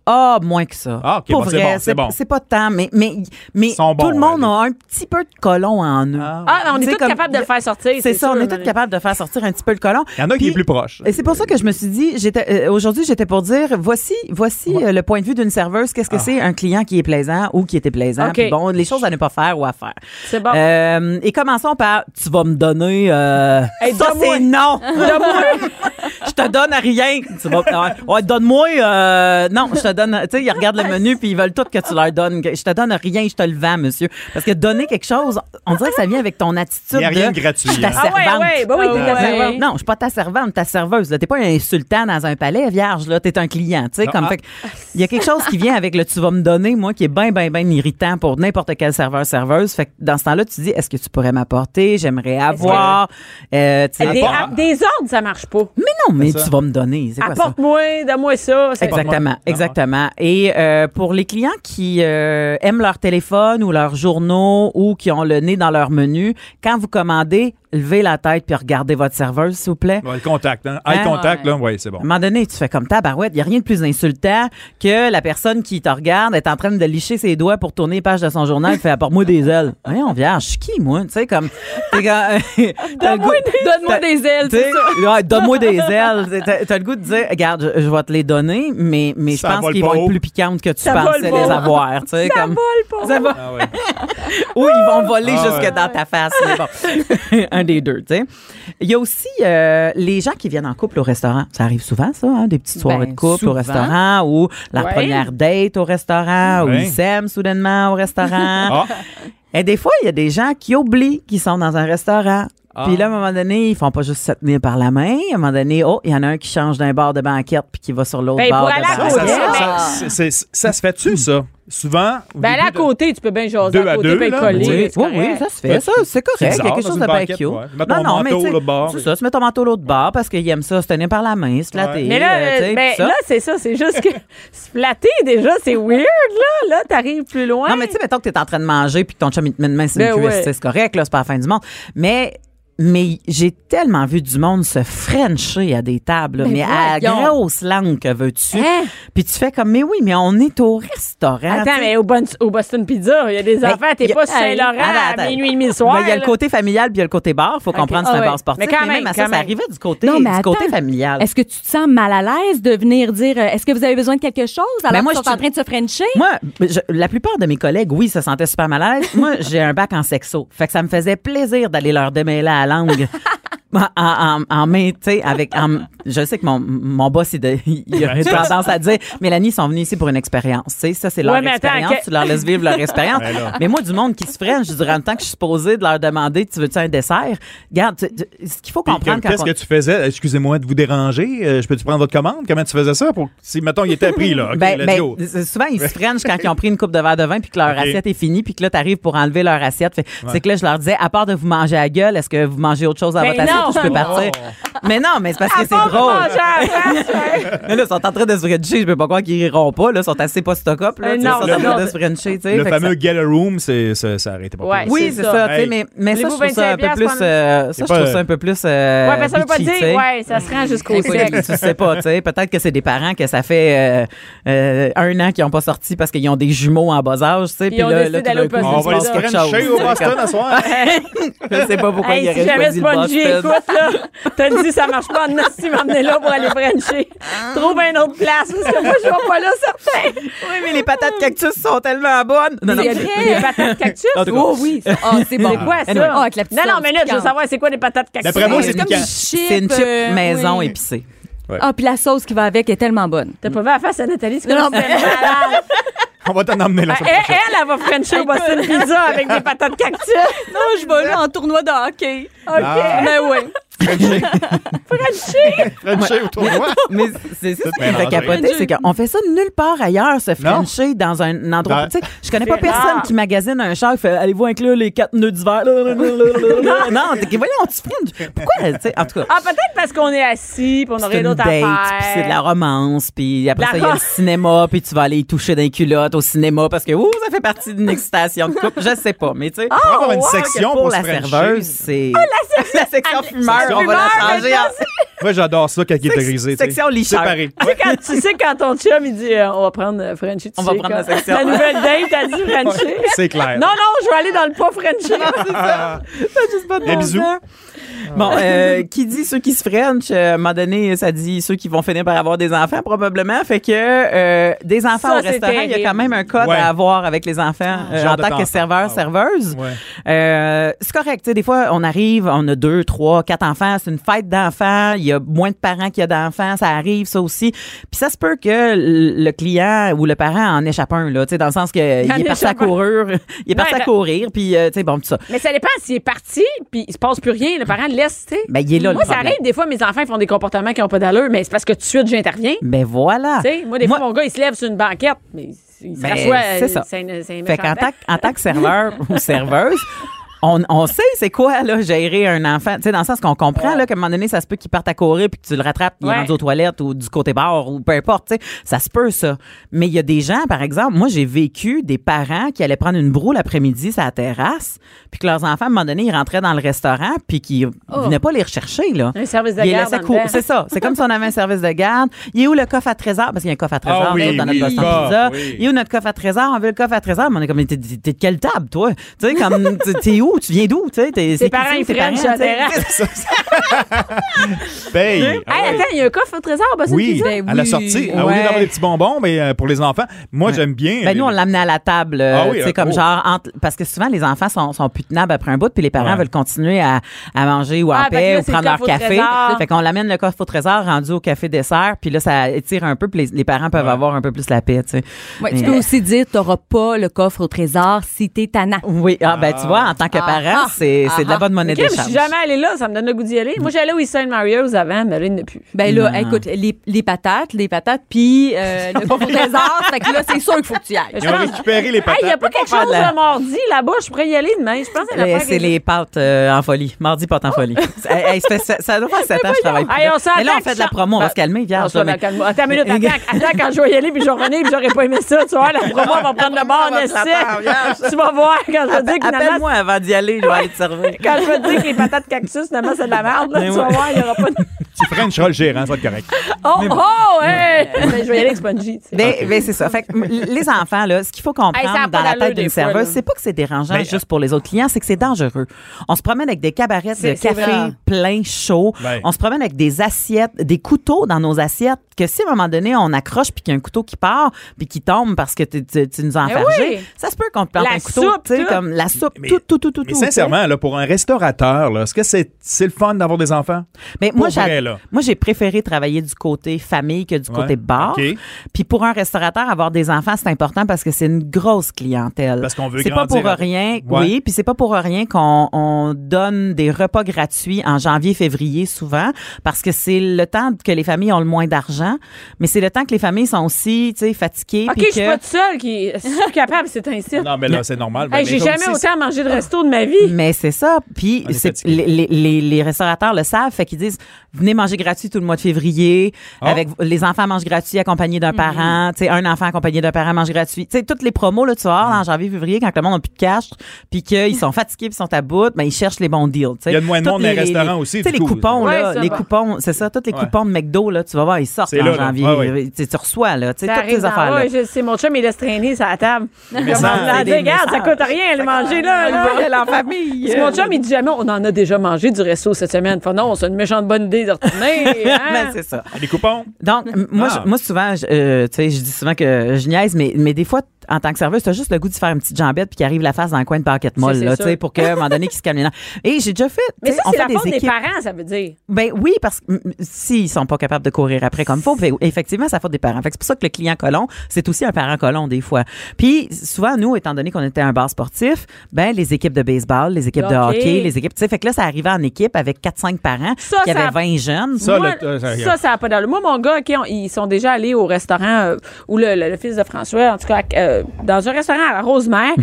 E: Ah, moins que ça.
F: Ah, ok,
E: Pour
F: bon, c'est
E: vrai,
F: bon, c'est bon.
E: c'est pas tant, mais, mais, mais
F: Ils sont bons, hein,
E: tout le monde
F: allez.
E: a un petit peu de colon en eux.
C: Ah, on est
E: Tu sais,
C: tous
E: comme-
C: capables de le faire sortir.
E: C'est ça,
C: sûr,
E: on est
C: Marie.
E: tous capables de faire sortir un petit peu le colon.
F: Il y en a qui
E: Puis-
F: est plus proche.
E: et c'est pour ça que je me suis dit, j'étais euh, aujourd'hui, j'étais pour dire, voici, voici euh, le point de vue d'une serveuse. Qu'est-ce
F: Ah.
E: que c'est un client qui est plaisant ou qui était plaisant
C: OK.
E: Puis Bon, les choses à ne pas faire ou à faire.
C: C'est bon.
E: Euh, et commençons par, tu vas me donner. Euh,
C: Hey,
E: ça
C: donne-moi.
E: c'est non. je te donne à rien. Tu vas, ouais, ouais, donne-moi. euh, non, je te donne. Tu sais, ils regardent le menu puis ils veulent tout que tu leur donnes. Je te donne rien, je te le vends, monsieur. Parce que donner quelque chose, on dirait que ça vient avec ton attitude.
F: Il y a rien
E: de,
F: de gratuit,
E: Je suis ta
F: hein.
C: Ah ouais,
E: servante.
C: ouais, bah oui, t'es
D: Ah
C: ta
D: ouais.
C: servante.
E: Non, je suis pas ta servante, ta serveuse. là. T'es pas un insultant dans un palais, vierge. Là, t'es un client. Tu sais,
F: Non,
E: comme
F: ah.
E: fait. que Il y a quelque chose qui vient avec le tu vas me donner, moi, qui est bien, bien, bien irritant pour n'importe quel serveur, serveuse. Fait que dans ce temps-là, tu dis, est-ce que tu pourrais m'apporter J'aimerait avoir. Euh, tu sais,
C: Des,
F: Apport-
C: à- des ordres, ça marche pas.
E: mais non, mais
F: ça.
E: tu vas me donner. C'est quoi ça
C: Apporte-moi, donne-moi ça. C'est-
E: Exactement,
F: Apporte-moi.
E: exactement. Et euh, pour les clients qui euh, aiment leur téléphone ou leurs journaux ou qui ont le nez dans leur menu, quand vous commandez, levez la tête puis regardez votre serveuse, s'il vous plaît.
F: Ouais, le contact, hein? Eye
E: Ah,
F: contact,
D: ouais.
F: là, ouais, c'est bon.
E: À un moment donné, tu fais comme tabarouette. Il n'y a rien de plus insultant que la personne qui te regarde est en train de licher ses doigts pour tourner les pages de son journal et fait apporte-moi des ailes. Voyons, vierge, je suis qui, moi? Tu sais, comme. t'es comme- t'as le goût-
D: Donne-moi
E: t'as-
D: des ailes,
E: tu sais,
D: c'est ça.
E: ouais, donne-moi des ailes. T'as, t'as le goût de dire, regarde, je, je vais te les donner, mais, mais je
F: Ça
E: pense
F: vole
E: qu'ils
F: pas
E: vont
F: haut.
E: être plus piquantes que tu
C: Ça vole
E: pensais
C: pas
E: les
C: haut.
E: avoir. Tu sais,
C: Ça
E: comme,
C: vole pas.
E: ça va.
F: Ah ouais.
E: ou ils vont voler
F: Ah
E: jusque
F: ouais.
E: dans ta face. mais bon. un des deux, tu sais. Il y a aussi euh, les gens qui viennent en couple au restaurant. Ça arrive souvent, ça, hein, des petites soirées
D: Ben,
E: de couple
D: souvent.
E: au restaurant ou la
C: Ouais.
E: première date au restaurant ou
F: Ouais.
E: ils s'aiment soudainement au restaurant.
F: Ah,
E: Et des fois, il y a des gens qui oublient qu'ils sont dans un restaurant.
F: Ah.
E: Puis là, à un moment donné, ils font pas juste se tenir par la main. À un moment donné, oh, il y en a un qui change d'un bord de banquette puis qui va sur l'autre
C: Ben, pour
E: bord de
C: aller à
F: ça,
E: banquette.
F: ça,
C: Ah,
F: ça,
C: ouais.
F: ça, c'est- c'est- ça, se fait-tu, ça? Souvent. au
C: Ben,
F: début
C: là, à
F: de-
C: côté, tu peux bien jaser.
F: Deux
C: à
F: à
C: côté,
F: deux,
C: bien
F: là.
C: coller.
E: Oui,
C: c'est
E: oui,
C: correct.
E: oui, ça se fait. Ça, c'est correct.
F: bizarre,
E: il y a quelque
F: dans
E: chose
F: une
E: de bien
F: banquette,
E: cute.
F: ouais. Mets ton manteau,
E: tu sais,
F: le bord,
E: c'est
F: oui.
E: ça. Tu mets ton manteau l'autre bord parce qu'il aime ça, se tenir par la main, se flatter.
C: Mais là,
E: euh, tu sais,
C: euh, ben,
E: tout ça.
C: là c'est ça. C'est juste que se flatter, déjà, c'est weird, là. Là, t'arrives plus loin.
E: Non, mais tu sais, mettons que t'es en train de manger puis que ton chum, il te met une main sur une
C: Ben
E: cuisse.
C: ouais.
E: tu sais, C'est correct, là, c'est pas la fin du monde. Mais, mais j'ai tellement vu du monde se frencher à des tables, là, mais à
D: voyons.
E: grosse langue que veux-tu.
C: Ben Hein?
E: Puis tu fais comme, mais oui, mais on est au restaurant. tu
C: Attends,
E: sais.
C: mais au, Bon- au Boston Pizza, il y a des
E: Ben,
C: affaires.
E: y
C: T'es
E: a-
C: pas sur Saint-Laurent
E: Attends,
C: à
E: attends.
C: minuit et demi le soir.
E: Ben, Il y a le
C: là.
E: côté familial puis il y a le côté bar. Faut comprendre
C: Ah
E: c'est un
C: ouais.
E: bar sportif.
C: Mais quand même,
E: à ça,
C: quand
E: ça
C: même.
E: arrivait du côté, du
D: attends.
E: côté familial.
D: Est-ce que tu te sens mal à l'aise de venir dire euh, est-ce que vous avez besoin de quelque chose alors
E: moi,
D: qu'ils
E: je
D: sont en
E: suis-
D: train de se frencher?
E: Moi, je- la plupart de mes collègues, oui, se sentaient super mal à l'aise. Moi, j'ai un bac en sexo. Fait que ça me faisait plaisir d'aller leur démêler à la langue. En, en, en main, tu sais, avec. en- je sais que mon, mon boss, il, de- il a eu tendance à dire Mélanie, ils sont venus ici pour une expérience. Tu sais, ça, c'est leur
C: Ouais, mais attends,
E: expérience.
C: que-
E: Tu leur laisses vivre leur expérience. mais moi, du monde qui se freine, je dis, durant le temps que je suis supposée de leur demander Tu veux-tu un dessert Regarde, tu- tu- ce qu'il faut
F: Puis
E: comprendre
F: Qu'est-ce
E: quand
F: que
E: on-
F: tu faisais? Excusez-moi de vous déranger. euh, je peux-tu prendre votre commande? Comment tu faisais ça? Pour... Si, mettons, il était pris, là. OK,
E: Ben,
F: let's
E: ben,
F: go.
E: c'est- souvent, ils se freinent quand ils ont pris une coupe de verre de vin puis que leur
F: Ok.
E: assiette est finie puis que là, t'arrives pour enlever leur assiette. Fait- C'est que là, je leur disais, à part de vous manger à la gueule, est-ce que vous mangez autre chose dans
C: Ben
E: votre assiette
C: non!
E: ou je peux partir? Mais non, mais c'est parce que c'est
C: Faut
E: drôle. Euh,
C: manger à la place, ouais.
E: Mais là, ils sont en train de se frencher. Je peux pas croire qu'ils riront pas. Là, ils sont assez pas stock up. Là,
C: Euh,
E: tu sais, ils sont
C: non,
E: en train
C: non.
E: de se frencher. tu sais.
F: Le
E: Fait que ça-
F: fameux get a room, c'est, ça, ça arrêtait pas.
C: Ouais.
F: plus.
E: Oui, c'est
C: C'est
E: ça.
C: ça.
E: tu sais,
F: Hey.
E: mais mais ça, je
C: Voulez-vous
E: trouve ça un peu
C: 25
E: plus. euh, ça, je
F: C'est pas-
E: trouve ça un peu plus. euh,
C: Ouais, ben, ça veut pas
E: bitchy, tu sais.
C: dire. Ouais, ça se rend jusqu'au
E: Écoute,
C: sexe.
E: tu sais pas, tu sais. Peut-être que c'est des parents que ça fait euh, euh, un an qu'ils n'ont pas sorti parce qu'ils ont des jumeaux en bas âge, tu sais. Puis
C: Ils ont
E: là,
C: décidé
E: là, tout
C: d'aller au
E: d'un coup,
F: On
E: il se
F: va
E: passe
F: aller
E: quelque
F: se frencher
E: chose, tu
F: au
E: sais,
F: Boston
E: comme-
F: à soir.
E: Je sais pas pourquoi
C: Hey,
E: il
C: si
E: aurait
C: jamais
E: choisi le
C: Spongy
E: Boston.
C: écoute, là, t'as dit ça marche pas, Nasty, m'emmenez là pour aller frencher.
D: Ah.
C: Trouve une autre place, parce que moi, je vais pas là, certain.
E: Oui, mais les patates cactus sont tellement bonnes. Non, non.
C: Il y a des patates cactus.
F: En tout cas.
D: Oh oui, ça- ah, c'est bon.
C: C'est quoi ça?
E: Anyway.
D: Ah, avec la petite
C: non, non,
D: sauce
C: mais là, je veux
D: piquante.
C: savoir, c'est quoi des patates cactus?
F: D'après moi, c'est
D: comme
F: piquant.
D: du chip.
E: C'est une chip
D: euh,
E: maison
D: oui.
E: épicée.
D: Ah, puis la sauce qui va avec est tellement bonne.
C: T'as pas vu la face à Nathalie? C'est
D: Non,
C: comme
D: non,
C: si c'était malade.
F: On va t'en emmener là.
C: Elle, elle, elle va frencher au Boston Pizza avec des patates cactus.
D: Non, je vais là en tournoi de hockey.
C: OK.
F: Ah.
E: Ah.
D: Mais oui.
F: Frencher autour de moi.
E: Mais c'est c'est ça
F: Tout
E: qui me fait
F: mélangé.
E: capoter, c'est qu'on fait ça nulle part ailleurs, se frencher dans un endroit.
F: Dans-
E: Tu sais, je connais pas
C: C'est
E: personne
C: rare.
E: qui magasine un char et fait Allez-vous inclure les quatre nœuds d'hiver Là, là, là, là, là. Non, t'es- voyons, tu freines. Pourquoi tu sais, En tout cas.
C: Ah, peut-être parce qu'on est assis, puis on
E: C'est
C: aurait
E: une
C: d'autres
E: date,
C: affaires.
E: puis c'est de la romance, puis après
C: La
E: ça, il y a le
C: rom-
E: cinéma, puis tu vas aller y toucher d'un culotte au cinéma parce que ouh, ça fait partie d'une excitation de couple. Je sais pas, mais tu
C: Ah,
E: sais.
F: On va avoir une
C: ouais,
F: section
E: Oh, pour
F: pour se
E: la
F: frencher.
E: serveuse, c'est.
C: Ah,
E: la section, fumeur,
F: section
E: on va la
F: fumeur,
E: changer hein. en
F: Moi, j'adore ça quand il est
E: Sec-
F: dégrisé. tu sais.
E: section licheur.
F: Séparé.
C: Tu sais, quand, tu sais, quand ton chum, il dit euh, On va prendre euh, Frenchie. tu
E: On va
C: sais,
E: prendre
C: quand-
E: la section.
C: La nouvelle date, t'as dit Frenchie.
F: C'est clair.
C: Non, non, je vais aller dans le pas Frenchie.
E: juste pas de
F: Des
E: bon
F: bisous.
E: sens. Bon, euh, qui dit ceux qui se frenchent, euh, à un moment donné, ça dit ceux qui vont finir par avoir des enfants, probablement. Fait que euh, des enfants
C: Ça,
E: au
C: c'est
E: restaurant, il y
C: terrible.
E: a quand même un code
F: Ouais.
E: à avoir avec les enfants euh,
F: Genre
E: en
F: de
E: tant que
F: temps.
E: serveur,
F: Ah ouais.
E: serveuse.
F: Ouais.
E: Euh, c'est correct. tu sais, Des fois, on arrive, on a deux, trois, quatre enfants. C'est une fête d'enfants. Il y a moins de parents qu'il y a d'enfants. Ça arrive, ça aussi. Puis ça se peut que le le client ou le parent en échappe un, là, tu sais, dans le sens qu'il
C: en
E: est parti à
C: échappe un.
E: courir. Il est parti
C: Ouais,
E: à
C: ben-
E: courir, puis euh, tu sais, bon, tout ça.
C: Mais ça dépend s'il est parti, puis il se passe plus rien. Le parent le laisse, tu sais.
E: Ben, il est là, le
C: Moi, ça
E: problème.
C: arrive, des fois, mes enfants font des comportements qui n'ont pas d'allure, mais c'est parce que tout de suite, j'interviens.
E: Ben voilà.
C: Tu sais, moi, des fois, mon gars, il se lève sur une banquette, mais il se
E: Ben,
C: rassoit.
E: c'est
C: euh,
E: ça.
C: C'est un, c'est un
E: Fait qu'en
C: méchant
E: tant, que- en tant que serveur ou serveuse, on, on sait c'est quoi là, gérer un enfant. Tu sais, dans le sens qu'on comprend là, qu'à un moment donné, ça se peut qu'il parte à courir puis que tu le rattrapes, il est
C: Ouais.
E: rendu aux toilettes ou du côté bar ou peu importe. tu sais. Ça se peut, ça. Mais il y a des gens, par exemple, moi, j'ai vécu des parents qui allaient prendre une broule l'après-midi sur la terrasse puis que leurs enfants, à un moment donné, ils rentraient dans le restaurant puis qu'ils
C: Oh.
E: venaient pas les rechercher. Là.
C: Un service de
E: Ils les
C: garde
E: laissaient
C: en
E: courir.
C: dedans.
E: C'est ça. C'est comme si on avait un service de garde. Il est où le coffre à trésor? Parce qu'il y a un coffre à trésor
F: Ah oui,
E: là, dans notre
F: oui,
E: Boston
F: coffre,
E: Pizza.
F: oui.
E: Il est où notre coffre à trésor? On veut le coffre à trésor. Mais on est comme, t'es t'es- t'es de quelle table, toi? Tu sais, comme, t'es- t'es où où? Tu viens d'où? Tu sais, t'es- c'est qui,
C: parents,
E: c'est
C: ils
E: tes
C: prennent,
E: parents, tu sais?
C: j'adhère.
F: Paye.
D: Hein?
F: Ah
C: Hey,
F: ouais.
C: attends, il y a un coffre au trésor, ben, c'est
F: Oui,
C: qui ça?
D: Ben
F: à la
D: oui.
F: sortie. Ah, Au lieu
E: Ouais.
F: d'avoir des petits bonbons, mais euh, pour les enfants, moi, j'aime bien.
E: Ben, nous, on l'amenait à la table, euh,
F: Ah oui,
E: tu sais,
F: euh,
E: comme
F: oh.
E: genre, entre- parce que souvent, les enfants sont, sont putenables après un bout, puis les parents
F: Ouais.
E: veulent continuer à, à manger ou à
C: Ah, fait que
E: paix
C: là,
E: ou
C: c'est
E: prendre
C: le
E: leur
C: coffre au
E: café.
C: trésor.
E: Fait qu'on l'amène le coffre au trésor rendu au café dessert, puis là, ça étire un peu, puis les, les parents peuvent avoir un peu plus la paix, tu sais.
D: Ouais, tu
E: Mais-
D: peux aussi dire, t'auras pas le coffre au trésor si t'es tannant.
E: Oui, ah, ben, tu vois, en tant que parent, c'est c'est de la bonne
C: ah,
E: monnaie
C: Ok, mais je
E: d'échange.
C: suis jamais allée là, ça me donne le goût d'y aller. Moi, j'allais au Saint Mario's avant, mais là, il n'y en a plus.
D: Ben là,
E: Non.
D: écoute, les, les patates, les patates, puis euh, le coffre au trésor, fait que là, c'est sûr qu'il faut que tu y ailles.
F: Ils ont récupéré les
C: Hey,
F: patates.
C: il n'y a pas quelque chose
E: de la-
C: de mardi là-bas, je pourrais y aller demain. Je pense que
E: Euh, C'est les pâtes euh, en folie. Mardi, pâtes en folie. Hey, hey, ça, fait Ah, sept- ça doit faire 7 ans que je travaille. plus
C: Hey,
E: là.
C: on s'entend
E: mais là, on
C: que
E: fait de
C: ça-
E: la promo. On va
C: Ben,
E: se calmer,
C: Non,
E: vierge.
C: ça,
E: là, mais-
C: ben, calme-moi. Attends une minute, attends, attends quand je vais y aller, puis je vais revenir, puis j'aurais pas aimé ça, tu vois, la promo va prendre le bord,
E: On va te la faire,
C: Nessie. Tu vas voir quand je vais dire que finalement,
E: Appelle-moi avant d'y aller, je vais aller te servir.
C: quand je vais te dire que les patates cactus, finalement, c'est de la merde, là,
E: Mais
C: tu
E: ouais.
C: vas voir, il n'y aura pas de...
F: Tu frencheras le gérant, ça va être correct.
C: Oh, oh, hey! Ben, je vais y aller avec Spongy, tu sais.
E: Ben, ben, c'est ça. Fait que, m- les enfants, là, ce qu'il faut comprendre
C: Hey, ça a pas
E: dans la
C: d'allure
E: tête d'une
C: des fois,
E: serveuse,
C: là.
E: c'est pas que c'est dérangeant
F: Ben,
E: juste pour les autres clients, c'est que c'est dangereux. On se promène avec des cabarets de
C: C'est- c'est vrai.
E: café plein chaud.
F: Ben.
E: On se promène avec des assiettes, des couteaux dans nos assiettes que si à un moment donné on accroche puis qu'il y a un couteau qui part puis qui tombe parce que tu- tu tu nous as
C: Mais
E: enfergé,
C: Ben oui.
E: ça se peut qu'on te plante
C: La
E: un couteau,
C: soupe,
E: tu sais,
C: tout.
E: comme la soupe,
F: Mais-
E: tout, tout, tout, tout.
F: Mais
E: tout,
F: sincèrement, là, pour un restaurateur, là, est-ce que c'est c'est le fun d'avoir des enfants?
E: Mais moi,
F: Pour vrai,
E: j'ai,
F: là.
E: moi, j'ai préféré travailler du côté famille que du
F: Ouais.
E: côté bar.
F: OK.
E: Puis pour un restaurateur, avoir des enfants, c'est important parce que c'est une grosse clientèle.
F: Parce qu'on veut
E: C'est pas
F: grandir
E: pour
F: avec-
E: rien,
F: Ouais.
E: oui. Puis c'est pas pour rien qu'on on donne des repas gratuits en janvier, février souvent, parce que c'est le temps que les familles ont le moins d'argent, mais c'est le temps que les familles sont aussi, tu sais, fatiguées.
C: OK,
E: puis
C: je suis
E: que-
C: pas toute seule qui... Si je suis capable, c'est un site.
F: Non, mais là, c'est normal.
C: Hey,
F: Ben,
C: j'ai
F: mais
C: jamais
F: aussi,
C: autant mangé de resto de ma vie.
E: Mais c'est ça. Puis
F: On est
E: c'est- les,
F: fatigué.
E: les- les- les restaurateurs le savent, fait qu'ils disent venez manger gratuit tout le mois de février.
F: Ah.
E: Avec les enfants mangent gratuit accompagnés d'un
C: Mm-hmm.
E: parent. Tu sais, un enfant accompagné d'un parent mange gratuit. Tu sais, toutes les promos là, tu vois,
F: Mm.
E: en janvier, février, quand le monde n'a plus de cash, puis qu'ils sont fatigués, puis sont à bout, ben ils cherchent les bons deals. tu sais.
F: Il y a de moins de
E: Toutes
F: monde dans les restaurants aussi,
E: Tu sais,
F: du
E: les
F: coup.
E: coupons
C: Ouais,
E: là,
C: ça
E: les
C: va.
E: coupons, c'est ça. Toutes les
F: Ouais.
E: coupons de McDo là, tu vas voir, ils sortent
F: C'est
E: en
F: là, là.
E: janvier.
F: Ouais, ouais.
E: Tu sais, tu reçois là, tu sais,
C: Ça
E: toutes ces
C: arrive en-
E: affaires là.
C: ouais, je sais, mon chum, il laisse traîner ça à table. Comme
F: ça,
C: en disant,
F: c'est
E: des
C: regarde, ça
E: messages.
C: coûte rien, le manger, là. là.
E: en famille.
C: Parce que mon chum, il dit jamais, on en a déjà mangé du resto cette semaine. Fait, non, c'est une méchante bonne idée de retourner. hein.
E: Ben, c'est ça.
F: Les coupons?
E: Donc, m- moi,
F: Ah.
E: je- moi souvent, je, euh, tu sais, je dis souvent que je niaise, mais, mais des fois, t- en tant que serveuse, t'as juste le goût de faire une petite jambette puis qu'il arrive la face dans le coin de parquet molle,
C: c'est
E: là, tu
C: sûr.
E: sais, pour qu'à un moment donné, qu'il se calme les nerfs. Et j'ai déjà fait.
C: mais
E: tu
C: ça,
E: sais, on
C: c'est
E: fait
C: la faute des
E: équipes.
C: parents, ça veut dire.
E: Ben oui, parce que mm, s'ils sont pas capables de courir après comme faut, fait- effectivement, ça faute des parents. Fait que c'est pour ça que le client colon, c'est aussi un parent colon des fois. Puis souvent, nous, étant donné qu'on était un bar sportif, ben les équipes de baseball, les équipes de
C: Hockey.
E: hockey, les équipes, tu sais, fait que là, ça arrivait en équipe avec 4-5 parents
C: Ça,
E: qui
C: ça-
E: avaient 20 jeunes.
F: Ça,
C: Moi,
F: le- euh, ça,
C: ça, ça n'a pas d'allure. Moi, mon gars, OK, on- ils sont déjà allés au restaurant euh, où le, le- le fils de François, en tout cas, euh, dans un restaurant à la Rosemère,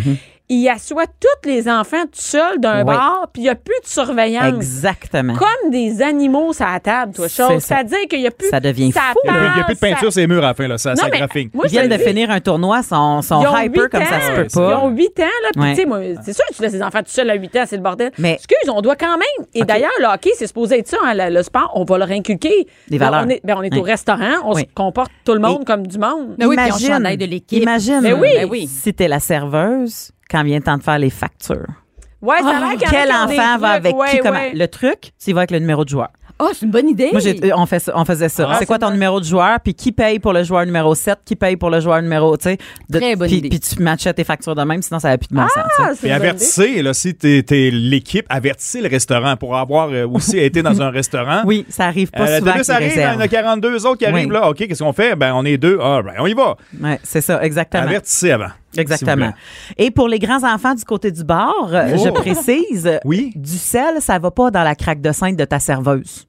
C: il assoit tous les enfants tout seuls d'un
E: Mhm. Oui.
C: bar, puis il n'y a plus de surveillance.
E: Exactement.
C: Comme des animaux sur la table, toi,
E: C'est
C: chose.
E: ça.
C: C'est-à-dire qu'il n'y a plus
E: Ça devient fou.
F: Il n'y a, plus de
C: parle,
F: peinture,
C: Ah, ça-
F: c'est les murs à la fin, là. Ça,
C: Non,
F: ça
C: mais
F: graphique.
C: moi,
E: Ils viennent
C: je
E: de
C: te le dis,
E: finir un tournoi, sont, sont
C: Ils ont
E: hyper
C: huit
E: comme ça
C: ans.
E: se peut
C: Ils
E: pas.
C: ont 8 ans, là. Puis,
E: Ouais.
C: tu sais, moi, c'est sûr que tu laisses les enfants tout seuls à 8 ans, c'est le bordel.
E: Mais-
C: Excuse, on doit quand même. Et d'ailleurs, le hockey, c'est supposé être ça, hein, le, le sport, on va leur inculquer.
E: Des valeurs.
C: On est, ben, on est au
E: Oui.
C: restaurant, on
E: Oui.
C: se comporte tout le monde comme du monde.
D: Mais oui, puis on chandail de l'équipe.
E: Imagine,
C: Mais oui.
D: Ben oui.
E: si t'es la serveuse, quand vient le temps de faire les factures.
C: Ouais, ça a l'air qu'il y en a
E: Oh, Quel
C: qui ont des
E: enfant va
C: trucs,
E: avec
C: ouais,
E: qui? Comment?
C: ouais.
E: Le truc, c'est il va avec le numéro de joueur.
D: Ah, c'est une bonne idée.
E: Moi, j'ai- euh, on, fait ça- on faisait ça.
F: Ah,
E: c'est quoi ton numéro de joueur? Puis qui paye pour le joueur numéro 7? Qui paye pour le joueur numéro, tu sais? de-
D: Très bonne
E: puis,
D: idée.
E: puis tu matchais tes factures de même, sinon ça n'avait plus de bon sens. tu sais.
C: Ah, c'est
F: Puis
C: une bonne idée.
F: avertissez, là, si t'es t'es l'équipe, avertissez le restaurant pour avoir euh, aussi été dans un restaurant.
E: Oui, ça arrive pas
F: Euh, la
E: souvent.
F: télé,
E: qu'ils
F: ça arrive, hein, il y en
E: réservent.
F: a 42 autres qui arrivent
E: Oui.
F: là. OK, qu'est-ce qu'on fait? Ben, on est deux. Ah, ben, on y va.
E: Ouais, c'est ça, exactement.
F: Avertissez avant. s'il vous
E: Exactement.
F: plaît.
E: Et pour les grands enfants du côté du bar, euh,
F: Oh.
E: je précise, euh,
F: Oui.
E: du sel, ça va pas dans la craque de scène de ta serveuse.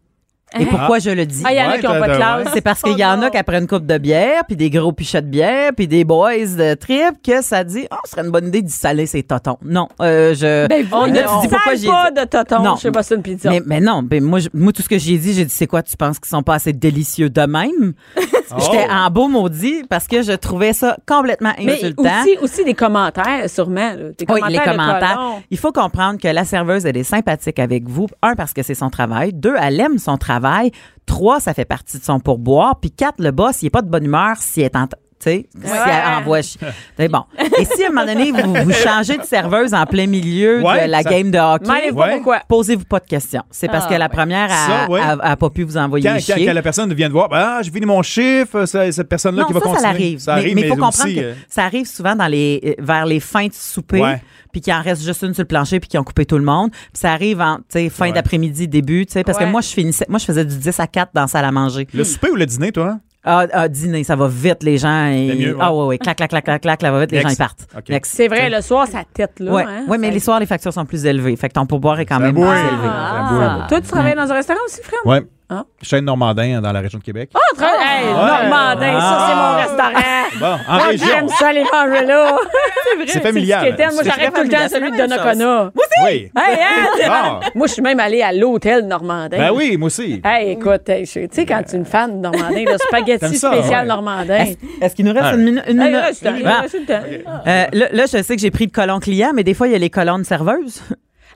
E: Et pourquoi je le dis?
C: Ah, il y en a
F: Ouais,
C: qui n'ont
F: t'as-
C: pas de
F: t'as-
C: classe.
F: ouais.
E: C'est parce qu'il y en a qui après une coupe de bière, puis des gros pichets de bière, puis des boys de trip, que ça dit, oh, ce serait une bonne idée d'y saler ses totons. Non, euh, je.
D: Ben,
C: On
D: on
C: ne
E: Là, tu
C: sale
E: dis pourquoi j'ai
C: pas de toton
E: Non.
C: chez Boston Pizza.
E: mais, mais non, ben moi, je- moi, tout ce que j'ai dit, j'ai dit, c'est quoi, tu penses qu'ils sont pas assez délicieux de même?
F: Oh.
E: J'étais en beau maudit parce que je trouvais ça complètement
C: Mais
E: insultant.
C: aussi, aussi des commentaires, sûrement. là. Des
E: Oui, les
C: de
E: commentaires.
C: colons.
E: Il faut comprendre que la serveuse, elle est sympathique avec vous. Un, parce que c'est son travail. Deux, elle aime son travail. Trois, ça fait partie de son pourboire. Puis quatre, le boss, il n'est pas de bonne humeur s'il est en... tu sais, si elle envoie chi- Mais bon. Et si à un moment donné, vous, vous changez de serveuse en plein milieu
F: Ouais,
E: de la
F: ça-
E: game de hockey,
C: Mais allez-vous
F: Ouais.
C: pourquoi?
E: posez-vous pas de questions. C'est parce
D: Ah,
E: que la première
F: Ça,
E: a,
F: ouais.
E: a- a pas pu vous envoyer
F: Quand, quand-
E: chier.
F: quand la personne vient de voir, ben, ah, j'ai fini mon chiffre, c'est cette personne-là
E: non,
F: qui va
E: ça,
F: continuer.
E: ça arrive.
F: Ça
E: mais,
F: arrive,
E: mais faut comprendre
F: aussi,
E: que
F: euh,
E: ça arrive souvent dans les, euh, vers les fins de souper,
F: Ouais.
E: puis qu'il en reste juste une sur le plancher, puis qu'ils ont coupé tout le monde. Puis ça arrive en tu sais, fin
F: Ouais.
E: d'après-midi, début, tu sais, parce
C: Ouais.
E: que moi, je finissais, moi, je faisais du 10 à 4 dans la salle à manger.
F: Le souper ou le dîner, toi?
E: Ah, ah, dîner, ça va vite, les gens. ils-
F: mieux, ouais.
E: Ah, ouais, ouais, clac, clac, clac, clac, clac, ça va vite, les
F: Next.
E: gens, ils partent.
F: OK.
E: Next.
C: C'est vrai, le soir, ça tête, là.
E: Ouais,
C: hein,
E: ouais, mais
C: ça-
E: les soirs, les factures sont plus élevées. Fait que ton pourboire est quand même
F: bourre.
E: plus élevé.
F: Ah.
C: Toi, tu travailles dans un restaurant aussi, frère?
F: Ouais.
C: Ah.
F: Chaîne Normandin hein, dans la région de Québec.
C: Ah, tra- hey, Normandin,
F: Ah.
C: ça, c'est mon restaurant.
F: Bon, en
C: Ah,
F: région.
C: j'aime ça, les manger là. c'est vrai.
F: C'est familial.
C: ce qui était. Moi,
E: C'est
C: j'arrête
E: très
C: tout le temps
E: familial, c'est
C: celui de
E: la même
C: Donnacona.
F: Oui.
C: Hey, hein, c'est-
F: Bon.
C: Moi, je suis même allée à l'hôtel Normandin.
F: Ben oui, moi aussi.
E: Ah,
C: Hey, écoute, hey, je- tu sais, quand tu es une fan de Normandin, le
F: T'aimes
C: spaghetti
F: ça,
C: spécial
F: ouais.
C: Normandin.
E: Est-ce qu'il nous reste
F: Ah.
E: une minu- une
C: Hey,
E: minute?
C: reste,
E: Ah.
C: reste, reste le temps.
E: Euh, là, là, je sais que j'ai pris le colon client, mais des fois, il y a les colonnes serveuses.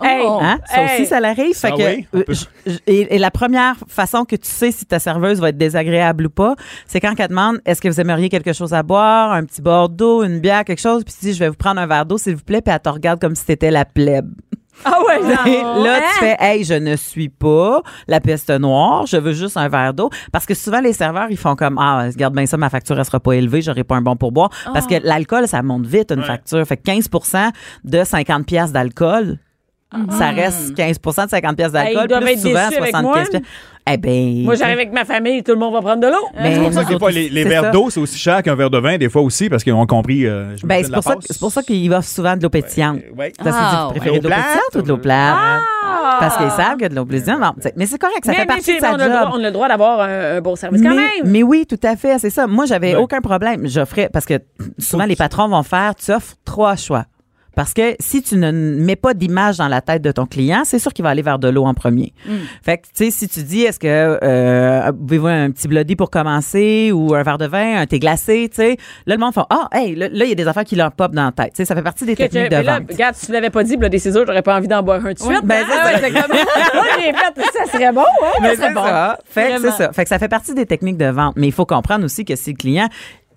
C: Hey,
E: Hein? Ça
C: hey.
E: aussi, ça l'arrive. Fait
F: Ah
E: que,
F: oui, on peut-
E: euh, je- je- et, et la première façon que tu sais si ta serveuse va être désagréable ou pas, c'est quand elle demande est-ce que vous aimeriez quelque chose à boire, un petit bord d'eau, une bière, quelque chose, puis tu dis je vais vous prendre un verre d'eau, s'il vous plaît, puis elle te regarde comme si t'étais la plèbe.
C: Ah ouais,
E: Et
C: non.
E: là,
C: Hein?
E: tu fais, hey, je ne suis pas la peste noire, je veux juste un verre d'eau. Parce que souvent, les serveurs, ils font comme, ah, regarde bien ça, ma facture, elle sera pas élevée, j'aurai pas un bon pourboire. Parce
C: Oh.
E: que l'alcool, ça monte vite, une facture. Fait que 15 de 50 pièces d'alcool. Ça reste 15 de 50 pièces
C: Ah. Hey, ils
E: d'alcool,
C: doivent
E: plus
C: être
E: souvent
C: déçus avec
E: 75
C: moi.
E: piastres. Eh ben,
C: Moi, j'arrive avec ma famille, tout le monde va prendre de l'eau.
E: mais
F: C'est pour ça
E: nous
F: que des
E: autres
F: fois, les, les
E: c'est ça.
F: verres d'eau, c'est aussi cher qu'un verre de vin, des fois aussi, parce qu'ils ont compris. euh, je me
E: Ben,
F: fais de
E: c'est
F: la
E: pour, ça que-
F: passe.
E: c'est pour ça qu'ils offrent souvent de l'eau pétillante.
F: Ouais.
E: Parce que
D: Ah,
E: vous
D: ouais.
E: préférez de l'eau
F: L'eau plate,
E: pétillante ou de l'eau
F: ou-
E: plate? Parce qu'ils savent qu'il y a de l'eau pétillante. Bon, t'sais, mais c'est correct,
C: Ah!
E: ça
C: mais
E: fait
C: mais
E: partie
C: c'est-
E: de sa
C: on, a le
E: job.
C: droit, on a le droit d'avoir un, un bon service quand
E: mais,
C: même.
E: mais oui, tout à fait, c'est ça. Moi, j'avais
F: Ouais.
E: aucun problème. J'offrais, parce que souvent, les patrons vont faire, tu offres trois choix. Parce que si tu ne mets pas d'image dans la tête de ton client, c'est sûr qu'il va aller vers de l'eau en premier.
C: Mm.
E: Fait que, tu sais, si tu dis, est-ce que, euh, vous un petit bloody pour commencer ou un verre de vin, un thé glacé, tu sais, là, le monde fait, ah, hey, là, là, il y a des affaires qui leur pop dans la tête. Tu sais, ça fait partie des
C: Que tu-
E: techniques
C: mais
E: de
C: là,
E: vente.
C: regarde, si tu l'avais pas dit, là, des ciseaux, j'aurais pas envie d'en boire un tout de suite.
E: ben,
C: Ah
E: c'est ça.
C: ouais, exactement. Moi, j'ai fait, ça serait bon, hein?
E: Mais
C: serait
E: c'est ça. Fait que c'est ça. Fait que ça fait partie des techniques de vente. Mais il faut comprendre aussi que si le client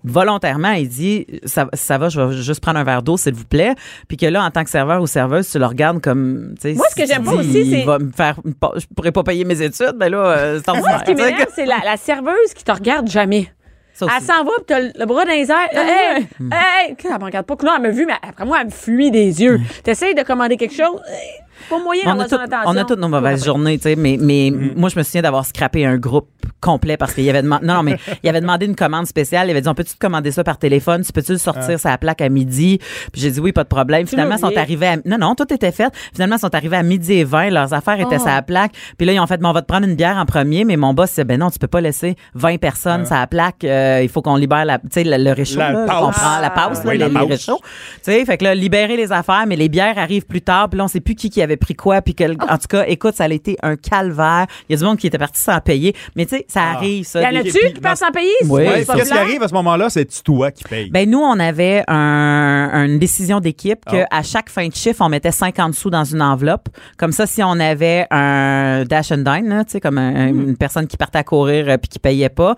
E: volontairement, il dit ça, ça va, je vais juste prendre un verre d'eau, s'il vous plaît. Puis que là, en tant que serveur ou serveuse, tu le regardes comme. tu sais,
C: Moi, ce que
E: si
C: j'aime
E: tu
C: pas
E: dis,
C: aussi,
E: il
C: c'est-
E: va me faire. Je pourrais pas payer mes études, mais là, euh, c'est
C: Moi, ce qui
E: ordinaire, tu sais,
C: m'énerve, c'est la, la serveuse qui te regarde jamais.
E: ça aussi.
C: Elle s'en va, puis t'as le- le bras dans les airs. Hey, hey, elle me regarde pas. Non, elle m'a vu, mais après moi, elle me fuit des yeux. T'essayes de commander quelque chose, hey, pas moyen
E: on a,
C: d'avoir son
E: tout-
C: attention.
E: on a toutes nos mauvaises journées, tu sais, mais, mais
F: Mm-hmm.
E: moi, je me souviens d'avoir scrappé un groupe complet parce qu'il y avait demandé, non, non, mais il avait demandé une commande spéciale. Il avait dit, on peut-tu te commander ça par téléphone? Tu peux-tu le sortir sur la plaque à midi? Puis j'ai dit, oui, pas de problème. Finalement, ils sont
C: oublié.
E: arrivés à, non, non, tout était fait. Finalement, ils sont arrivés à midi et 20. Leurs affaires étaient sur la plaque. Puis là, ils ont fait, bon, on va te prendre une bière en premier, mais mon boss, il dit, ben non, tu peux pas laisser 20 personnes sur la plaque. Euh, il faut qu'on libère la, tu sais, le, le réchaud,
F: La
E: là,
F: pause. Ah.
E: qu'on prend la pause, là, les-
F: Oui, la
E: les
F: pause.
E: réchauds. Tu sais, fait que là, libérer les affaires, mais les bières arrivent plus tard, puis là, on sait plus qui qui avait pris quoi, puis que, en tout cas, écoute, ça a été un calvaire. Il y a du monde qui était parti sans payer, mais tu sais, ça arrive, ça.
C: Y en
E: Des-
C: a-tu qui passent en pays?
E: Ouais,
F: Ouais,
E: c'est pas
F: Qu'est-ce qui arrive à ce moment-là? C'est toi qui paye.
E: Ben nous, on avait un- une décision d'équipe que à chaque fin de chiffre, on mettait 50 sous dans une enveloppe. Comme ça, si on avait un dash and dine, là, tu sais, comme un-
C: Hmm.
E: une personne qui partait à courir euh, puis qui payait pas,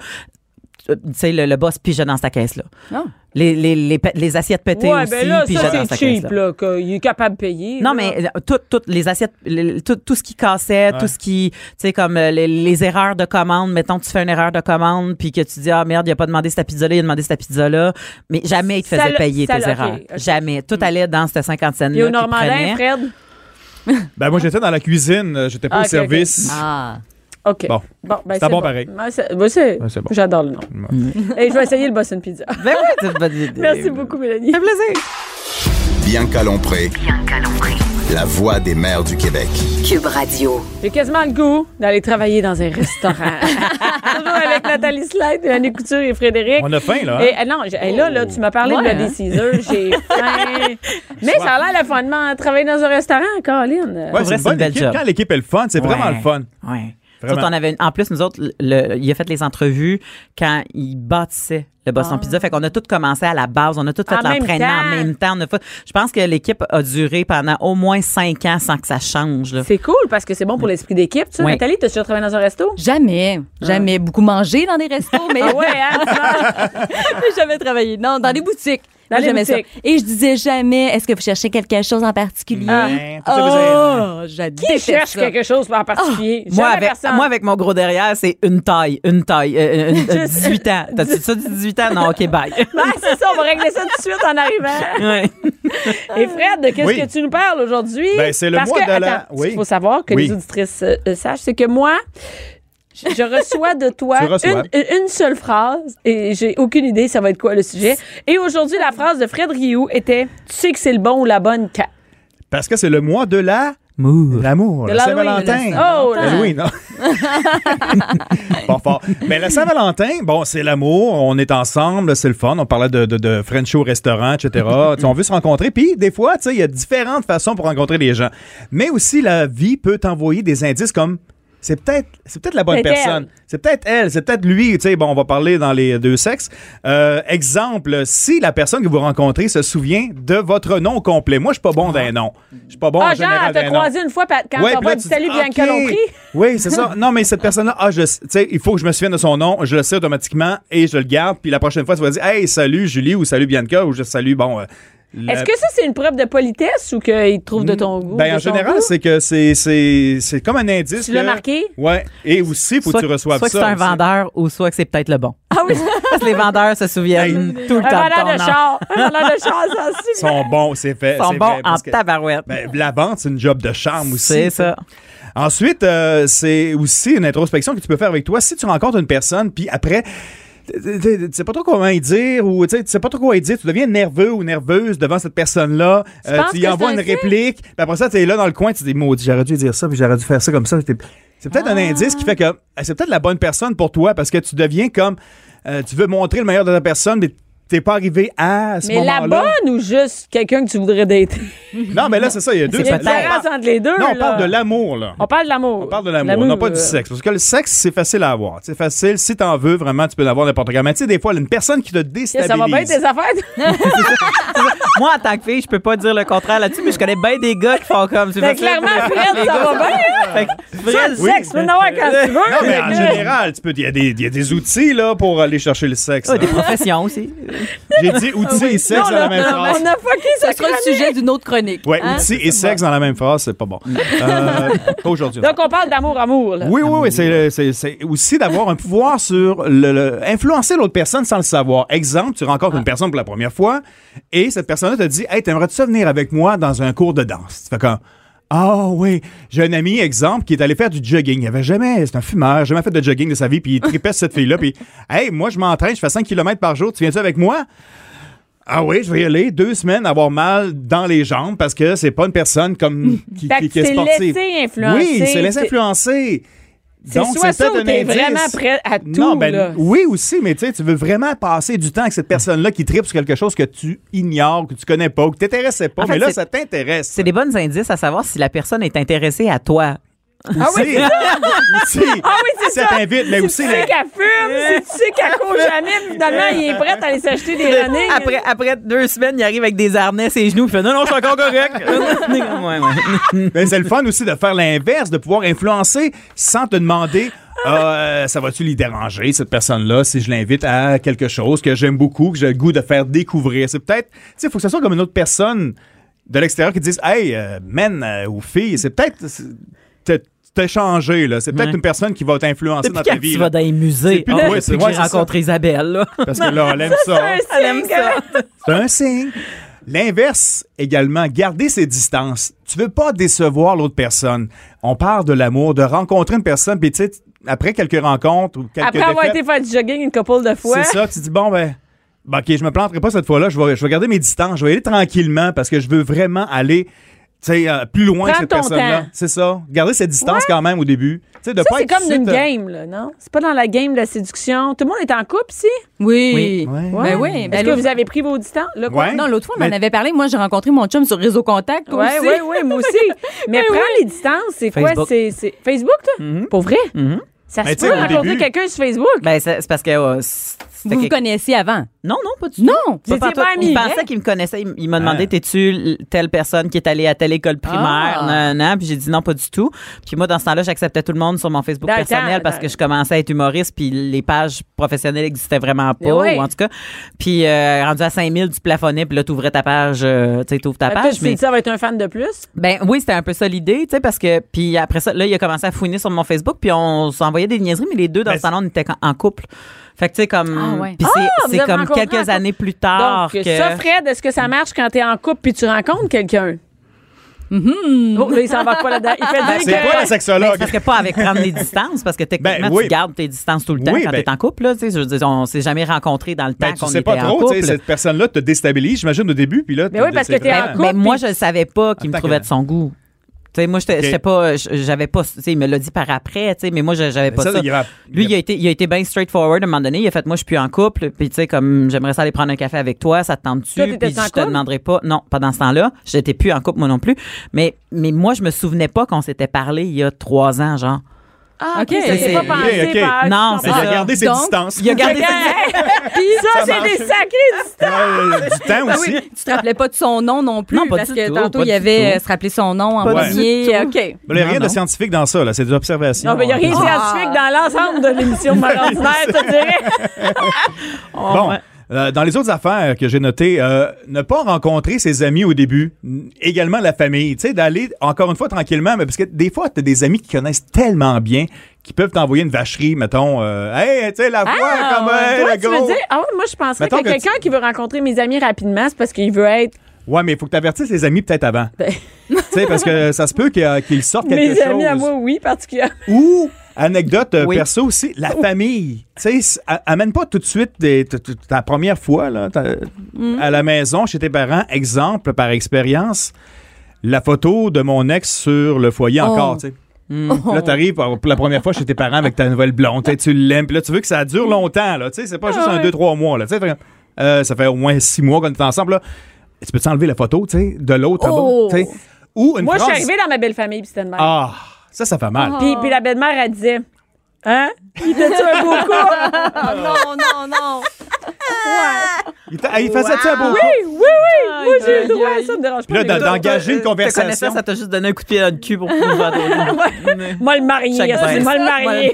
E: tu tu sais, le, le boss pigeait dans sa caisse là.
D: Ah.
E: Les, les, les, pe- les assiettes pétées
C: Ouais,
E: aussi
C: ben là,
E: pigeaient
C: ça,
E: dans
C: c'est
E: sa caisse
C: cheap,
E: là.
C: là, qu'il est capable de payer. là.
E: Non, mais euh, tout- toutes les assiettes, le- le- tout, tout ce qui cassait, tout ce qui, tu sais, comme euh, les, les erreurs de commande. Mettons, tu fais une erreur de commande, puis que tu dis, ah merde, il a pas demandé cette pizza-là, il a demandé cette pizza-là. Mais jamais il te
C: Ça
E: faisait
C: le-
E: payer
C: ça
E: tes
C: le- ok,
E: erreurs.
C: ok. Mm.
E: Jamais. Tout allait dans cette cinquantaine-là.
C: Puis au
E: qu'il
C: Normandin,
E: prenait.
C: Fred?
F: Ben,
E: ah.
F: moi, j'étais dans la cuisine, euh, j'étais pas
C: Ah,
F: au
C: ok, ok.
F: service.
D: Ah.
C: OK.
F: Bon.
C: ben,
F: C'est bon pareil.
C: Ben, c'est ben, c'est-
F: Ben, c'est bon.
C: J'adore le nom.
E: Ah.
C: Et je vais essayer le Boston Pizza.
E: Ben oui, c'est une bonne idée.
C: Merci beaucoup, Mélanie.
E: Un plaisir.
B: Bianca Lompré,
A: Bianca Lompré.
B: la voix des mères du Québec.
A: Cube Radio.
C: J'ai quasiment le goût d'aller travailler dans un restaurant. Toujours avec Nathalie Slide, Mélanie Couture et Frédéric.
F: On a faim, là. hein?
C: Et, euh, non, j'ai- hey, là, là, tu m'as parlé
D: Ouais,
C: de la
D: hein?
C: déciseuse, j'ai faim. Mais
F: Soif.
C: ça a l'air le fondement. Travailler dans un restaurant, Caroline.
F: Ouais,
E: vrai,
F: c'est une
E: c'est une
F: bonne
E: belle
F: équipe.
E: job.
F: Quand l'équipe est le fun, c'est vraiment
E: Ouais.
F: le fun.
E: Ouais.
F: Fait
E: Tu
F: Vraiment.
E: sais, t'en avais une- En plus, nous autres, le- le- il a fait les entrevues quand il bâtissait le Boston Pizza. Fait qu'on a tout commencé à la base. On a tout fait
C: Ah. En même
E: l'entraînement en
C: temps.
E: même temps. On a fait- je pense que l'équipe a duré pendant au moins cinq ans sans que ça change. là.
C: C'est cool parce que c'est bon pour l'esprit d'équipe. Tu sais,
E: Ouais.
C: Nathalie, t'as déjà travaillé dans un resto?
D: Jamais, jamais. Beaucoup mangé dans des restos, mais
C: Ah ouais, hein,
D: J'ai jamais travaillé. Non, dans des boutiques.
C: Dans les
D: jamais ça.
C: boutiques.
D: Et je disais jamais, est-ce que vous cherchez quelque chose en particulier?
F: Hein, faut que vous ayez-
D: Oh, j'adore.
C: Ah. qui cherche quelque chose en particulier?
F: Oh,
E: Moi
C: Jamais
E: avec,
C: personne.
E: moi, avec mon gros derrière, c'est une taille, une taille, euh, une- une- 18 ans. T'as-tu ça dit 18 ans? Non, OK, bye.
C: Ben, c'est ça, on va régler ça tout de suite en arrivant.
E: Ouais.
C: Et Fred, de qu'est-ce
F: Oui.
C: que tu nous parles aujourd'hui?
F: Ben, c'est le
C: Parce
F: mois
C: que,
F: de la-
C: attends, ce
F: oui.
C: qu'il faut savoir, que
F: Oui.
C: les auditrices euh, euh, sachent, c'est que moi, je je reçois de toi
F: Tu reçois.
C: Une, une seule phrase et j'ai aucune idée ça va être quoi le sujet. Et aujourd'hui, la phrase de Fred Rioux était « Tu sais que c'est le bon ou la bonne quand?
F: Parce que c'est le mois de la...
E: Mou.
F: L'amour,
C: De
F: la
C: l'Halloween,
F: Saint-Valentin.
C: la- Oh, là.
F: Halloween, non? Pas fort. Mais la Saint-Valentin, bon, c'est l'amour, on est ensemble, c'est le fun. On parlait de, de, de French au restaurant, etc. Tu sais, on veut se rencontrer. Puis, des fois, tu sais, il y a différentes façons pour rencontrer les gens. Mais aussi, la vie peut t'envoyer des indices comme. C'est peut-être c'est peut-être la bonne
C: C'est
F: personne.
C: elle.
F: C'est peut-être elle, c'est peut-être lui. Tu sais, bon, on va parler dans les deux sexes. Euh, exemple, si la personne que vous rencontrez se souvient de votre nom complet. Moi, je suis pas bon d'un nom. Je suis pas bon Oh, en
C: Ah, genre,
F: général
C: elle t'a
F: d'un nom.
C: croisé une fois pa- quand
F: Ouais,
C: t'as
F: puis là,
C: pas dit «
F: tu dis,
C: Salut, bien
F: OK.
C: Lompré
F: Oui, c'est ça. Non, mais cette personne-là, ah, je, le sais. tu sais, il faut que je me souvienne de son nom, je le sais automatiquement et je le garde. Puis la prochaine fois, tu vas dire, hey, salut Julie ou salut Bianca ou je salue, bon. euh, le-
C: Est-ce que ça, c'est une preuve de politesse ou qu'il te trouve de ton goût?
F: Ben,
C: de
F: en
C: ton
F: général,
C: goût?
F: c'est que c'est, c'est, c'est comme un indice.
C: Tu l'as
F: que-
C: marqué?
F: Ouais. Et aussi, faut
E: Soit-
F: que tu reçoives
E: soit
F: ça.
E: que c'est un
F: aussi.
E: vendeur ou soit que c'est peut-être le bon.
C: Ah oui,
E: Parce que les vendeurs se souviennent tout le
C: un
E: temps de ton
C: valeur de
E: nom.
C: char. Un valeur de char, ça
F: Ils
C: suffit.
F: sont bons, c'est fait.
E: Ils sont
F: c'est
E: bons
F: vrai,
E: en
F: parce que-
E: tabarouette.
F: Ben, la vente, c'est une job de charme aussi.
E: C'est ça.
F: Ensuite, euh, c'est aussi une introspection que tu peux faire avec toi. Si tu rencontres une personne, puis après, t- t- t- tu sais pas trop comment y dire ou tu sais- tu sais pas trop quoi y dire, tu deviens nerveux ou nerveuse devant cette personne-là. Euh,
C: penses
F: tu
C: que
F: y
C: c'est
F: envoies
C: un
F: une
C: signe?
F: réplique. Puis après ça, tu es là dans le coin, tu te dis, maudit, j'aurais dû dire ça, puis j'aurais dû faire ça comme ça. T'es- C'est peut-être
C: Ah.
F: un indice qui fait que euh, c'est peut-être la bonne personne pour toi parce que tu deviens comme, euh, tu veux montrer le meilleur de la personne, mais t'es pas arrivé à ce
C: Mais
F: moment-là.
C: la bonne ou juste quelqu'un que tu voudrais dater?
F: Non, mais là, c'est ça, il y a deux.
C: Il y a une
E: peut-être.
C: différence entre les deux.
F: Non, on
C: là.
F: parle de l'amour, là.
C: On parle de l'amour.
F: On parle de l'amour, non pas du
C: euh,
F: sexe. Parce que le sexe, c'est facile à avoir. C'est facile. Si t'en veux, vraiment, tu peux l'avoir n'importe quand. Mais tu sais, des fois, une personne qui te déstabilise.
C: Ça va bien tes affaires?
E: Moi, en tant que fille, je peux pas dire le contraire là-dessus, mais je connais bien des gars qui font comme.
C: Mais Ben, clairement, Fred, ça va bien. hein?
E: Fred,
C: Le sexe, tu peux en avoir quand tu veux.
F: non, mais en
C: Euh,
F: général, tu peux- il y, a des- il y a des outils là, pour aller chercher le sexe.
C: Oh,
E: Ah, des
F: hein.
E: professions aussi.
F: J'ai dit outils et
C: Ah non,
F: sexe dans
C: là,
F: la même phrase.
C: on a fucké
D: Ça
C: ça.
D: sera le sujet d'une autre chronique.
F: Ouais,
D: hein?
F: outils et sexe dans la même phrase, c'est pas bon. Euh, pas aujourd'hui.
C: Donc, on parle d'amour-amour. là.
F: Oui, oui, oui. C'est, c'est- c'est aussi d'avoir un pouvoir sur le, le- influencer l'autre personne sans le savoir. Exemple, tu
C: Ah.
F: rencontres une personne pour la première fois et cette personne-là te dit Hey, t'aimerais-tu ça venir avec moi dans un cours de danse Tu fais comme. Ah oui, j'ai un ami, exemple, qui est allé faire du jogging. Il avait jamais, c'est un fumeur, jamais fait de jogging de sa vie, puis il tripait sur cette fille-là, puis Hey, moi je m'entraîne, je fais 5 km par jour, tu viens-tu avec moi? Ah oui, je vais y aller deux semaines avoir mal dans les jambes parce que c'est pas une personne comme qui,
C: Fait
F: qui-
C: que
F: qui est
C: tu t'es
F: sportive.
C: laissé influencer,
F: Oui, il s'est laissé
C: t'es-
F: influencer.
C: C'est
F: Donc,
C: soit ça
F: peut-être
C: ou
F: un
C: t'es
F: indice.
C: vraiment prêt à tout,
F: Non, ben,
C: là.
F: oui aussi, mais tu sais, tu veux vraiment passer du temps avec cette personne-là qui tripe sur quelque chose que tu ignores, que tu connais pas, ou que t'intéressais pas,
E: En fait,
F: mais là,
E: c'est-
F: ça t'intéresse.
E: C'est des bonnes indices à savoir si la personne est intéressée à toi.
F: Ah oui,
C: Ah oui, c'est ça.
F: t'invite, mais
C: si
F: aussi...
C: tu
F: la-
C: sais qu'elle fume, si tu sais qu'elle court jamais, finalement, il est prêt à aller s'acheter des running.
E: Après, après deux semaines, il arrive avec des harnais, ses genoux, il fait non, non, je suis encore correct. Ouais, ouais.
F: Ben, c'est le fun aussi de faire l'inverse, de pouvoir influencer sans te demander Ah, euh, ça va-tu les déranger, cette personne-là, si je l'invite à quelque chose que j'aime beaucoup, que j'ai le goût de faire découvrir. C'est peut-être, tu sais, il faut que ce soit comme une autre personne de l'extérieur qui dise Hey, euh, men euh, ou fille, c'est peut-être. c'est- t'as- T'as changé, là. C'est peut-être
E: Ouais.
F: une personne qui va t'influencer
E: Depuis
F: dans
E: quand
F: ta vie.
E: tu
F: là.
E: vas dans les
F: C'est
E: musées?
F: plus-
E: Oh,
F: ouais,
E: depuis
F: c'est-
E: que
F: ouais,
E: j'ai
F: c'est ça.
E: rencontré Isabelle, là.
F: Parce que là, elle aime ça. hein.
C: C'est un
E: Elle aime
C: signe,
E: ça.
F: C'est un signe. L'inverse également, garder ses distances. Tu veux pas décevoir l'autre personne. On parle de l'amour, de rencontrer une personne, puis tu sais, après quelques rencontres ou quelques
C: Après avoir
F: défaites,
C: été faire du jogging une couple de fois.
F: c'est ça, tu dis bon ben, ben, ok, je me planterai pas cette fois-là, je vais, je vais garder mes distances, je vais y aller tranquillement parce que je veux vraiment aller tu sais, euh, plus loin que
C: Prends
F: cette
C: ton
F: personne-là.
C: temps.
F: C'est ça. Garder cette distance quand même au début. Tu sais, de
C: Ça,
F: pas
C: c'est
F: être
C: comme
F: tout de
C: une
F: suite, euh,
C: game, là, non? C'est pas dans la game de la séduction. Tout le monde est en couple ici?
D: Oui.
F: Ouais.
D: Ben oui. ben
C: Est-ce que
D: l'autre-
C: vous avez pris vos distances? Là, quoi?
F: Ouais.
D: Non, l'autre fois, on en
F: Mais-
D: avait parlé. Moi, j'ai rencontré mon chum sur Réseau Contact. toi
C: Oui,
D: aussi.
C: oui, oui, moi aussi. Mais prends les distances, c'est quoi?
E: Facebook.
C: C'est c'est- Facebook, toi? Pour vrai? Ça
F: Mais
C: se
F: Ben, tu
C: peut
F: sais, Mm-hmm. au
C: rencontrer
F: début-
C: quelqu'un sur Facebook?
E: Ben, c'est c'est parce que. euh, c'était
D: Vous vous
E: quelque-
D: connaissiez avant?
E: Non, non, pas du tout.
D: Non!
C: Vous étiez
E: pantoute.
C: pas amis,
E: Il
C: hein?
E: pensait qu'il me connaissait. Il, il m'a demandé
F: Ah.
E: T'es-tu l- telle personne qui est allée à telle école primaire
D: Ah.
E: Nan, nan. Puis j'ai dit non, pas du tout. Puis moi, dans ce temps-là, j'acceptais tout le monde sur mon Facebook
C: Dans le
E: personnel
C: temps,
E: parce
C: dans-
E: que je commençais à être humoriste. Puis les pages professionnelles n'existaient vraiment
C: Mais
E: pas,
C: ouais.
E: ou en tout cas. Puis euh, rendu à 5000, tu plafonnais. Puis là, tu ouvrais ta page. euh, tu sais, t'ouvres ta
C: Ah, toi,
E: page.
C: tu t'es dit, ça va être un fan de plus?
E: Ben oui, c'était un peu ça l'idée, tu sais, parce que puis après ça, là, il a commencé à fouiner sur mon Facebook, puis on s'envoyait des niaiseries, mais les deux dans
F: Ben,
E: le salon, on était en- en couple. Fait que tu sais comme,
D: Ah, ouais.
E: puis c'est-
C: vous
E: c'est
C: avez
E: comme
C: rencontré en
E: quelques
C: couple.
E: années plus
F: Ah,
E: tard
C: Donc,
E: que.
C: ça, Fred, est-ce que ça marche quand t'es en couple puis tu rencontres quelqu'un? Oh, là, il s'en va pas là-dedans. Il fait dire
F: Mm-hmm. C'est
C: que...
F: quoi la
E: Ben,
F: sexologue?
E: c'est parce que pas avec prendre des distances, parce que techniquement,
F: Ben, oui.
E: tu gardes tes distances tout le temps
F: Oui,
E: quand
F: ben-
E: t'es en couple. Là, tu sais, je veux dire, on s'est jamais rencontrés dans le
F: Ben,
E: temps
F: tu
E: qu'on
F: sais
E: était
F: pas
E: en
F: trop, tu sais,
E: couple.
F: cette personne-là te déstabilise, j'imagine, au début, puis là...
C: Mais oui, parce
F: c'est
C: que t'es en
F: vraiment-
C: couple.
E: Ben, moi,
C: puis-
E: je ne savais pas qu'il me
F: Attends
E: trouvait
F: que-
E: de son goût. Tu sais, moi, j'étais
F: Ok.
E: j'étais pas, j- j'avais pas, tu sais, il me l'a dit par après, tu sais, mais moi, je- j'avais
F: Mais
E: pas
F: Ben, ça,
E: ça.
F: il y a-
E: Lui, il a été, il a été bien straightforward à un moment donné. Il a fait, moi, je suis plus en couple, puis tu sais, comme, j'aimerais ça aller prendre un café avec toi, ça te tente-tu?
C: Toi, t'étais
E: Puis je
C: en
E: te
C: couple?
E: demanderai pas. Non, pendant ce temps-là, j'étais plus en couple, moi non plus. Mais, mais moi, je me souvenais pas qu'on s'était parlé il y a trois ans, genre.
C: Ah, OK,
D: Ok,
C: ça s'est pas
F: c'est-
C: pensé
F: ok, ok.
C: par... Ah,
E: Non,
F: Il a
E: c'est ça.
F: gardé ses
D: Donc,
F: distances.
E: Il a gardé
C: Ça,
F: Ça
C: c'est
F: marche.
C: des sacrés distances.
F: Euh, du temps
D: Ah
F: aussi.
D: oui, tu te rappelais pas de son nom non plus
E: Non, pas
D: parce
E: du
D: que
E: tout,
D: tantôt
E: pas
D: il y
E: du
D: avait
E: tout.
D: euh, se rappeler son nom en
E: Pas du
D: premier. OK. Ah.
F: Mais Il n'y a
E: Non,
F: rien de
E: non.
F: scientifique dans ça, là. c'est de l'observation.
C: Non, mais Ah, ben, il n'y a rien de
F: Bon,
C: scientifique dans l'ensemble de l'émission de Malordinaire, tu dirais.
F: Bon, euh, dans les autres affaires que j'ai notées, euh, ne pas rencontrer ses amis au début, n- également la famille, tu sais, d'aller encore une fois tranquillement, mais parce que des fois, tu as des amis qui connaissent tellement bien qui peuvent t'envoyer une vacherie, mettons, euh, hey, tu sais, la voix,
D: Ah,
F: comme, hey,
C: Toi,
F: le
C: tu
F: gros.
C: veux dire, ah ouais, moi, je penserais
F: Mettons
C: que,
F: que
C: quelqu'un qui veut rencontrer mes amis rapidement, c'est parce qu'il veut être
F: Ouais, mais il faut que tu avertisses les amis peut-être avant.
C: Ben-
F: tu sais, parce que ça se peut qu'il y a- qu'ils sortent quelque
C: mes
F: chose.
C: amis à moi, oui, particulièrement.
F: Ou, anecdote euh,
E: Oui.
F: perso aussi, la
C: Oh.
F: famille. Tu sais, s- a- amène pas tout de suite des- t- t- ta première fois là, ta-
C: Mm.
F: à la maison chez tes parents. Exemple par expérience, la photo de mon ex sur le foyer
D: Oh.
F: encore. tu sais.
C: Mm.
F: Là, t'arrives pour pour la première fois chez tes parents avec ta nouvelle blonde. Tu sais, Tu l'aimes. Puis là, tu veux que ça dure longtemps. Là, tu sais, c'est pas juste
C: Mm.
F: un,
C: Ah ouais.
F: deux, trois mois. Là, tu sais, fait que, euh, ça fait au moins six mois qu'on est ensemble. Là. Tu peux t'enlever la photo tu sais, de l'autre
D: Oh.
F: là-bas. tu sais. Ou une
C: Moi, je suis
F: phrase-
C: arrivée Ah. dans ma belle famille, puis c'était une mère.
F: Ah, ça, ça fait mal.
C: Puis, puis la belle-mère, elle disait Hein Il était-tu un beau couple
D: non, non, non.
F: Il, t'a- il faisait-tu un beau coup?
C: Oui, oui, oui Moi, j'ai le droit à ça, me dérange
F: Puis là,
C: pas. mais-
F: dans- d'engager une
E: Te connaissant,
F: conversation.
E: euh, Ça t'a juste donné un coup de pied dans le cul pour pouvoir donner.
C: Moi, le marié,
E: Chaque
C: c'est
E: baisse.
C: moi le marié.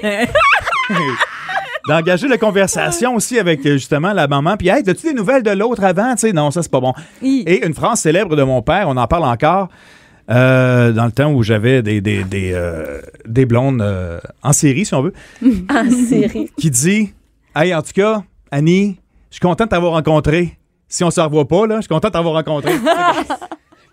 F: D'engager la conversation aussi avec euh, justement la maman. Puis, hey, as-tu des nouvelles de l'autre avant? Tu sais, non, ça, c'est pas bon.
D: Hi.
F: Et une phrase célèbre de mon père, on en parle encore. euh, dans le temps où j'avais des, des, des, euh, des blondes euh, en série, si on veut,
C: En série.
F: qui dit Hey, en tout cas, Annie, je suis content de t'avoir rencontré. Si on se revoit pas, là, je suis content de t'avoir rencontré.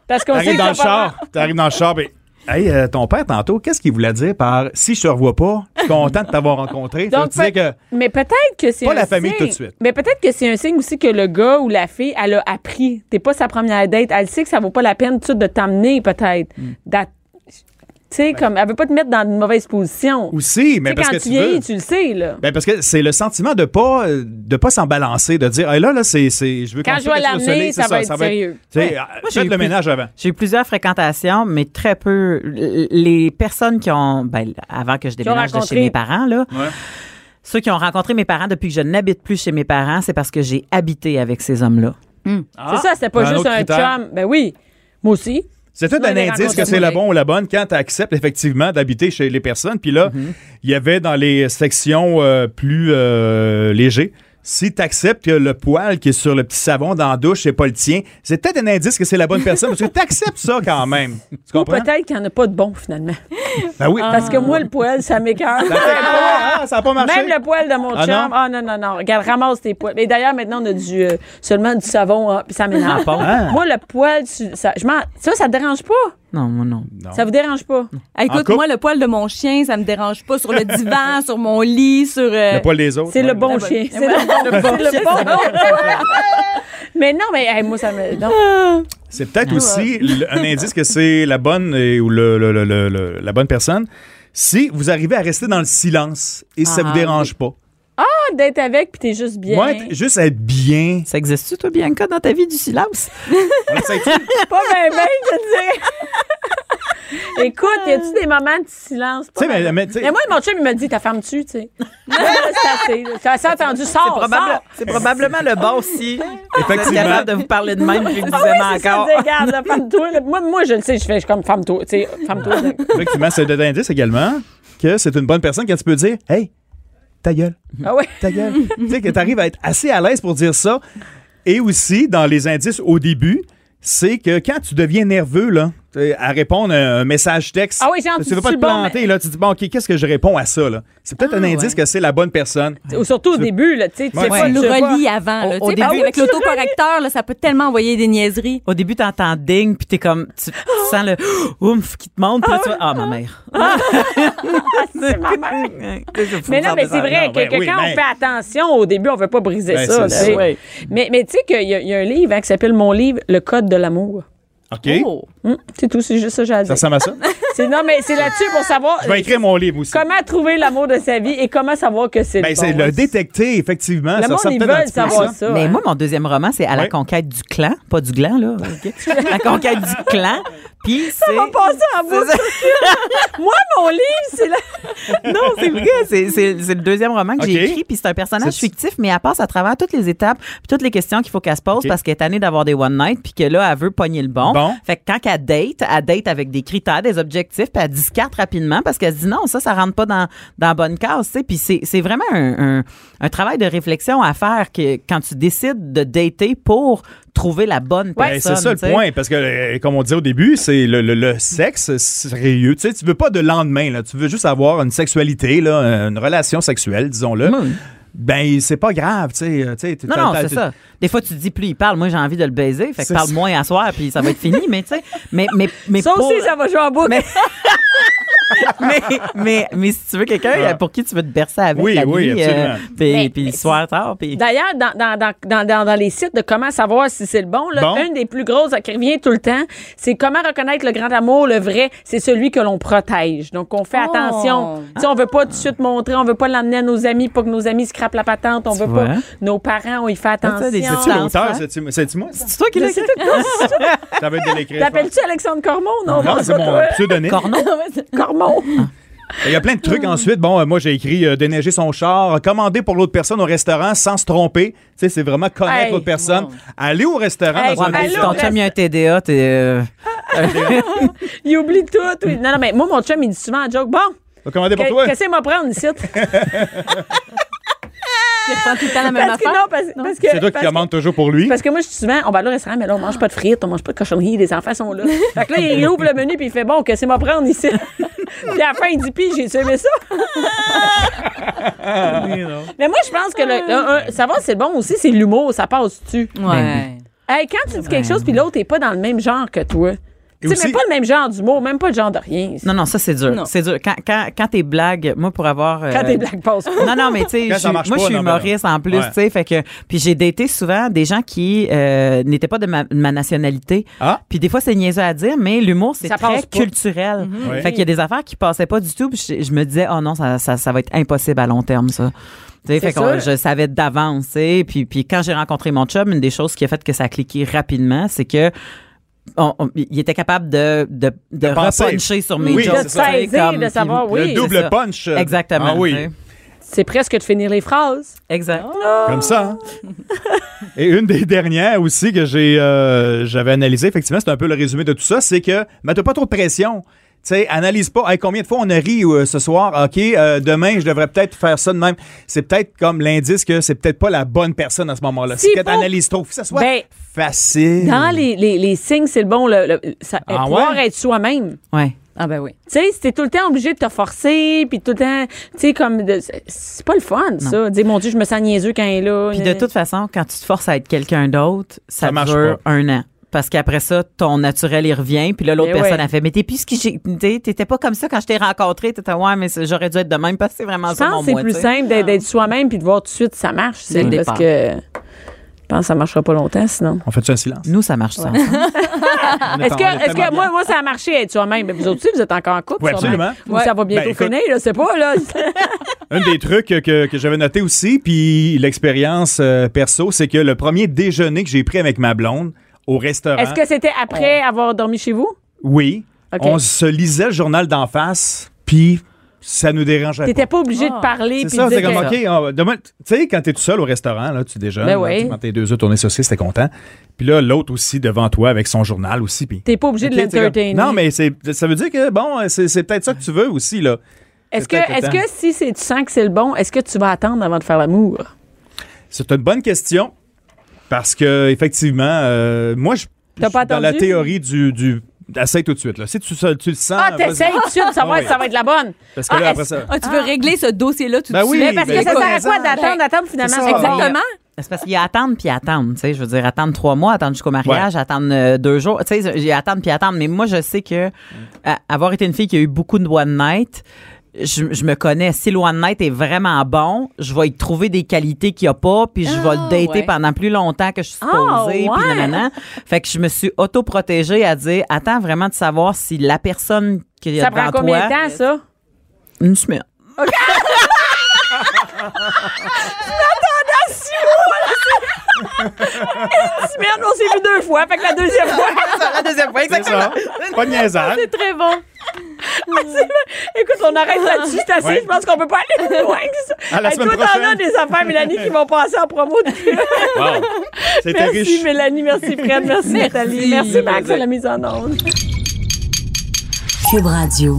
C: Parce qu'on sait
F: T'arrives
C: que ça
F: dans le
C: va pas-
F: char. T'arrives dans le char. ben, Hey, euh, ton père, tantôt, qu'est-ce qu'il voulait dire par si je te revois pas, je suis content de t'avoir rencontré? Ça
C: Donc,
F: veut dire
C: peut-
F: que.
C: Mais peut-être que c'est
F: Pas
C: un
F: la famille
C: signe.
F: tout de suite.
C: Mais peut-être que c'est un signe aussi que le gars ou la fille, elle a appris. T'es pas sa première date. Elle sait que ça vaut pas la peine tout de suite de t'amener, peut-être.
F: Hmm.
C: D'a- Tu sais, comme, elle veut pas te mettre dans une mauvaise position.
F: Aussi, Ben. mais
C: Tu sais,
F: parce
C: quand
F: que
C: tu
F: tu veux.
C: vieillis, tu le sais, là.
F: Ben, parce que c'est le sentiment de pas euh, de pas s'en balancer, de dire hey, là là c'est c'est je veux
C: Quand
F: qu'on
C: je
F: fasse
C: vais
F: quelque chose de
C: l'amener,
F: solide,
C: ça
F: c'est
C: va être sérieux.
F: Tu sais,
E: Ouais.
F: euh,
E: Moi, j'ai
F: faites
E: eu
F: le
E: plus-
F: ménage avant.
E: J'ai eu plusieurs fréquentations, mais très peu. L- Les personnes qui ont, ben, avant que je
C: ont
E: déménage de
C: rencontré.
E: chez mes parents, là, ceux qui ont rencontré mes parents depuis que je n'habite plus chez mes parents, c'est parce que j'ai habité avec ces hommes-là.
C: C'est ça, c'était pas
F: Ah. Un
C: juste
F: autre
C: un
F: critère.
C: chum. Ben oui. Moi aussi.
F: C'est tout
C: Non,
F: un
C: les
F: indice que
C: rencontres
F: c'est le
D: amoureuses.
F: bon ou la bonne quand tu acceptes effectivement d'habiter chez les personnes. Puis là, il
C: Mhm.
F: y avait dans les sections euh, plus euh, légers, si tu acceptes que le poil qui est sur le petit savon dans la douche, c'est pas le tien, c'est peut-être un indice que c'est la bonne personne parce que tu acceptes ça quand même. Tu
C: Ou
F: comprends?
C: peut-être Ah. qu'il n'y en a pas de bon, finalement.
F: Ben oui.
C: Parce que moi, le poil, ça m'écœure.
F: Ça fait pas, hein? Ça a pas marché.
C: Ah. Même le poil de mon
F: Ah,
C: chum.
F: non?
C: Ah non, non, non. Regarde, ramasse tes poils. Mais d'ailleurs, maintenant, on a du, euh, seulement du savon, hein, puis ça m'énerve.
F: Ah.
C: Moi, le poil, tu- ça, je m'en- ça, ça te dérange pas.
E: Non, moi, non.
F: Non.
C: Ça vous dérange pas.
D: Ah,
F: En
D: écoute,
F: couple.
D: moi, le poil de mon chien, ça me dérange pas sur le divan, sur mon lit, sur. euh,
F: Le poil des autres.
C: C'est
F: ouais.
C: le bon
D: Ah, bah,
C: chien.
D: ouais.
C: C'est le bon, c'est le bon. Mais non, mais hey, moi, ça me. non.
F: C'est peut-être aussi l- un indice que c'est la bonne et- ou le, le- le- le- le- la bonne personne. Si vous arrivez à rester dans le silence et ça vous dérange pas.
C: Ah, d'être avec, puis t'es juste bien.
F: Moi, être- juste être bien.
E: Ça existe-tu, toi, Bianca, dans ta vie du silence?
F: On essaie-
C: Pas bien, bien, je te dis. Écoute, y a-tu des moments de silence? Pas
F: Tu sais, mais-
C: ben,
F: mais, tu sais-
C: moi, mon chum, il m'a dit, ta femme tue, tu sais. Non, là, c'est assez. là. C'est assez entendu,
E: C'est
C: sors,
E: probable-
C: sors.
E: c'est probablement le bon si vous êtes
F: Effectivement.
E: capable de vous parler de même que vous
C: Ah oui, c'est
E: aimez
C: ça,
E: encore.
C: dis, regarde, là, femme-toi. là. Moi, moi, je le sais, je fais je suis comme femme-toi, tu sais, femme-toi. là.
F: Effectivement, c'est un indice également que c'est une bonne personne quand tu peux dire Hey, ta gueule,
C: Ah ouais.
F: ta gueule. tu sais, que tu arrives à être assez à l'aise pour dire ça. Et aussi, dans les indices au début, c'est que quand tu deviens nerveux, là, tu sais, à répondre à un message texte,
C: Ah oui, genre,
F: tu
C: tu
F: veux pas
C: dis
F: te
C: le bon, Ah,
F: planter, là, tu dis, bon, OK, qu'est-ce que je réponds à ça, là? C'est peut-être un indice que c'est la bonne personne.
C: Ou surtout au début, là, tu sais, tu sais
D: Tu
F: Ouais.
C: pas.
D: le
C: tu sais pas.
D: relis avant. Là,
E: Au-
D: tu
E: au
D: sais, parce
E: début-
D: qu'avec l'autocorrecteur, là, ça peut tellement envoyer des niaiseries.
E: Au début, t'entends ding, puis t'es comme, tu, tu sens le ouf qui te monte, puis là, tu vois, ah, ma mère.
C: C'est ma mère. Mais
E: Mais
C: non, mais c'est vrai
F: non,
C: que,
F: ben
C: que
F: oui,
C: quand
F: mais-
C: on fait attention, au début, on ne veut pas briser
F: Ben,
C: ça.
F: c'est
C: tu sais.
F: ça.
C: Mais, mais tu sais qu'il y, a- il y a un livre hein, qui s'appelle Mon livre, Le Code de l'amour.
F: OK?
D: Oh.
C: Hum, c'est tout, c'est juste ça que j'ai à
F: Ça
C: dire.
F: ressemble à ça?
C: C'est- Non, mais c'est là-dessus pour savoir
F: Je vais écrire mon livre aussi.
C: comment trouver l'amour de sa vie et comment savoir que c'est
F: Ben,
C: le bon.
F: c'est le détecter, effectivement.
C: Le
F: ça
C: monde,
F: ressemble
C: ils
F: peut-être un
C: veulent
F: petit peu à
C: savoir
F: ça.
C: ça.
E: Mais
C: hein.
E: moi, mon deuxième roman, c'est à la
F: Ouais.
E: conquête du clan, pas du gland, là. ok? la conquête du clan. Puis c'est.
C: On va passer en
E: C'est
C: boucle.
E: ça.
C: Moi, mon livre, c'est là.
E: Non, c'est vrai. C'est, c'est- c'est le deuxième roman que
F: Ok.
E: j'ai écrit, puis c'est un personnage
F: C'est-
E: fictif, mais elle passe à travers toutes les étapes, puis toutes les questions qu'il faut qu'elle se pose
F: Ok.
E: parce qu'elle est tannée d'avoir des one night, puis que là, elle veut pogner le bon.
F: Bon.
E: Fait que quand qu'elle date, elle date avec des critères, des objectifs, puis elle discarte rapidement parce qu'elle se dit non, ça, ça rentre pas dans, dans la bonne case, tu sais. Puis c'est, c'est vraiment un, un- un travail de réflexion à faire que, quand tu décides de dater pour trouver la bonne
F: Ben,
E: personne.
F: c'est ça le
E: tu sais.
F: point, parce que, euh, comme on dit au début, c'est le, le- le sexe sérieux. Tu sais, tu veux pas de lendemain, là. Tu veux juste avoir une sexualité, là, euh, une relation sexuelle, disons-le.
C: Hmm.
E: Oui.
F: Ben, c'est pas grave, tu sais. euh, tu sais, t'es-
E: Non, non,
F: t'as-
E: c'est
F: t'as-
E: ça. Des fois, tu te dis, plus il parle, moi, j'ai envie de le baiser. Fait que
F: C'est
E: parle
F: ça.
E: moins à soir, puis ça va être fini. Mais, tu sais, mais, mais, mais,
C: Ça
E: pour-
C: aussi, ça va jouer en boucle.
E: Mais- mais, mais, mais si tu veux quelqu'un euh, pour qui tu veux te bercer avec
F: Ah. Oui,
E: la
F: oui,
E: nuit,
F: absolument.
E: puis,
C: Mais-
E: puis le soir tard, puis...
C: D'ailleurs, dans, dans, dans, dans, dans- dans les sites de comment savoir si c'est le bon, là,
F: Bon.
C: une des plus grosses qui revient tout le temps, c'est comment reconnaître le grand amour, le vrai, c'est celui que l'on protège. Donc, on fait
D: Oh.
C: attention. Tu sais, on veut pas tout de suite montrer, on veut pas l'emmener à nos amis pour que nos amis se crapent la patente, on veut
E: vois?
C: pas. Nos parents, on y fait
E: Ah, ça, des
C: attention.
F: C'est
E: études.
F: l'auteur, c'est-tu- c'est-tu moi? ça?
E: C'est toi qui l'as écrit?
F: Ça va être de l'écrire.
C: T'appelles-tu Alexandre Cormon? Non,
F: Non,
C: non,
F: c'est mon pseudonyme. Ah.
E: Cornon.
C: Cormon.
F: Il y a plein de trucs ensuite. Bon, euh, moi, j'ai écrit euh, déneiger son char, commander pour l'autre personne au restaurant sans se tromper. Tu sais, c'est vraiment connaître
C: Hey,
F: l'autre personne. Aller au restaurant
C: Hey,
F: dans un
C: allô,
E: Si ton
F: restaurant.
E: chum il a un TDA, t'es... euh,
C: Il oublie tout. oui. Non, non, mais moi, mon chum, il dit souvent en joke, bon,
F: T'as commandé pour toi?
C: que- qu'est-ce qu'il m'a prendre ici?
D: Tu reprends tout le temps la même
C: Parce que
D: affaire.
C: non, parce, parce que...
F: C'est toi qui
C: parce que-
F: commandes toujours pour lui.
C: Parce que moi, je suis souvent, on va aller au restaurant, mais là, on mange pas de frites, on mange pas de cochonneries, les enfants sont là. Fait que là, il ouvre le menu, puis il fait bon, que c'est moi prendre ici. puis à la fin, il dit, puis j'ai aimé ça. mais moi, je pense que le, le- un- savoir si c'est bon aussi, c'est l'humour, ça passe-tu.
E: Ben
D: Ouais.
C: Hey, quand tu dis quelque chose, puis l'autre n'est pas dans le même genre que toi. Tu sais,
F: aussi-
C: même pas le même genre d'humour, même pas le genre de rien.
E: Non, non, ça, c'est dur.
D: Non.
E: C'est dur. Quand, quand, quand tes blagues, moi, pour avoir... euh,
C: Quand tes blagues passent pas.
E: Non, non, mais tu sais, je
F: Quand ça
E: suis- moi,
F: marche
E: je
F: pas,
E: suis
F: non, mais non.
E: humoriste en plus,
F: Ouais.
E: tu sais, fait que... Puis j'ai daté souvent des gens qui euh, n'étaient pas de ma, ma nationalité.
F: Ah.
E: Puis des fois, c'est niaiseux à dire, mais l'humour, c'est
C: Ça
E: très
C: passe pas. Mhm.
E: culturel.
C: Mm.
F: Ouais.
E: Fait qu'il y a des affaires qui passaient pas du tout, puis je, je me disais, oh non, ça, ça, ça va être impossible à long terme, ça. Tu sais,
C: C'est
E: fait que
C: sûr.
E: je savais d'avance, tu sais. Puis, puis quand j'ai rencontré mon chum, une des choses qui a fait que ça a cliqué rapidement, c'est que on- on- il était capable de, de, de,
F: penser.
E: repuncher sur mes
F: Oui,
E: jokes,
F: c'est
E: tu
F: ça.
E: sais,
C: De saisir, de
E: puis-
C: savoir, oui.
F: le
C: c'est
F: double
E: ça.
F: punch. euh,
E: Exactement.
F: Ah oui.
E: tu sais.
C: C'est presque de finir les phrases.
E: Exact.
C: Ah.
F: Comme ça. hein? Et une des dernières aussi que j'ai euh, j'avais analysé, effectivement, c'est un peu le résumé de tout ça, c'est que mais t'as pas trop de pression. Tu sais, analyse pas Hey, combien de fois on a ri euh, ce soir. OK, euh, demain, je devrais peut-être faire ça de même. C'est peut-être comme l'indice que c'est peut-être pas la bonne personne à ce moment-là.
C: Si
F: C'est que
C: faut-
F: t'analyses trop. Faut que ça soit
C: Ben,
F: facile.
C: Dans les, les, les signes, c'est le bon, le, le- ça,
F: Ah
C: pouvoir
F: ouais?
C: être soi-même.
E: Ouais.
D: Ah ben oui.
C: Tu sais, si t'es tout le temps obligé de te forcer, puis tout le temps, tu sais, comme, de- c'est pas le fun, ça. Dire, mon Dieu, je me sens niaiseux quand il est là.
E: Puis de toute façon, quand tu te forces à être quelqu'un d'autre, ça,
F: Ça marche
E: dure
F: pas.
E: un an. Parce qu'après ça, ton naturel, il revient. Puis là, l'autre
C: Mais
E: personne
C: ouais.
E: a fait, mais t'es plus ce que j'ai- t'es- T'étais pas comme ça quand je t'ai rencontré. T'étais, ouais, mais c'est- j'aurais dû être de même parce que c'est vraiment
C: Je
E: ça
C: pense
E: mon
C: que c'est
E: moi,
C: plus
E: tu sais.
C: simple d'être d'être soi-même puis de voir tout de suite si ça marche.
E: Dès
C: C'est
E: le
C: parce que pense que ça marchera pas longtemps, sinon.
F: On fait un silence?
E: Nous, ça marche ça.
F: On
C: Ah, Est-ce
F: on
C: que, est-ce
F: tellement
C: que moi, moi, ça a marché être soi-même? Mais vous autres aussi, vous êtes encore en couple.
F: Oui,
C: sûrement.
F: absolument.
C: Ou ça va bientôt
F: Ben, écoute-
C: finir, là, c'est pas, là.
F: Un des trucs que, que j'avais noté aussi, puis l'expérience euh, perso, c'est que le premier déjeuner que j'ai pris avec ma blonde au restaurant,
C: Est-ce que c'était après avoir dormi chez vous?
F: oui,
C: Ok.
F: on se lisait le journal d'en face, puis ça nous dérangeait pas.
C: T'étais pas obligé de parler.
F: C'est
C: puis
F: ça,
C: de
F: c'est
C: dire
F: comme,
C: que-
F: OK, on va- demain, tu sais, quand t'es tout seul au restaurant, là, tu déjeunes,
C: Ben
F: là,
C: oui.
F: tu prends tes deux œufs tournés saucisses, t'es content. Puis là, l'autre aussi devant toi avec son journal aussi, puis...
C: T'es pas obligé de
F: OK, t'es comme-
C: l'entertainer.
F: Non, mais c'est, ça veut dire que, bon, c'est, c'est peut-être ça que tu veux aussi, là.
C: Est-ce que,
F: c'est peut-être le
C: est-ce
F: temps.
C: que si c'est- tu sens que c'est le bon, est-ce que tu vas attendre avant de faire l'amour?
F: C'est une bonne question parce que effectivement, euh, moi, je je
C: T'as
F: suis
C: pas
F: dans
C: attendu?
F: la théorie du, du essaye tout de suite. Là. Si tu, ça- tu le sens,
C: Ah,
F: vas-y.
C: t'essayes tout de suite de savoir
F: Ah oui.
C: si ça va être la bonne.
F: parce que
C: Ah,
F: là après
C: est-ce-
F: ça,
D: Ah, tu veux régler ce dossier-là tout
F: Ben
D: de
F: oui,
D: suite?
C: Mais parce
F: ben
C: que ça
F: écoute,
C: sert à quoi
F: raison.
C: d'attendre, d'attendre finalement?
F: C'est ça.
C: c'est bon.
D: Exactement.
E: Ben, C'est parce qu'il y a attendre puis attendre, tu sais, je veux dire attendre trois mois, attendre jusqu'au mariage, attendre euh, deux jours, tu sais, il y a attendre puis attendre. Mais moi, je sais que à- avoir été une fille qui a eu beaucoup de one night, je, je me connais. Si le one night est vraiment bon, je vais y trouver des qualités qu'il n'y a pas, puis je vais le dater
D: ouais.
E: pendant plus longtemps que je suis
C: Ah,
E: supposée, puis
C: ouais.
E: nanana. Fait que je me suis auto-protégée à dire attends vraiment de savoir si la personne qu'il y a
C: Ça
E: devant
C: prend combien
E: toi,
C: de temps, ça?
E: une semaine.
C: Merde, on s'est vu deux fois. Fait que la deuxième fois,
E: la deuxième fois,
F: c'est ça. Pas de niaisage.
C: c'est très bon. Écoute, on arrête là-dessus, c'est assez.
F: Ouais.
C: Je pense qu'on peut pas aller plus loin que ça.
F: À la
C: Hey,
F: semaine
C: toi, t'en as
F: prochaine.
C: des affaires, Mélanie, qui vont passer en promo.
F: Wow. C'était
C: merci,
F: riche.
C: Mélanie. Merci, Fred. Merci, Nathalie. Merci, Max, à la mise en onde.
A: Cube Radio.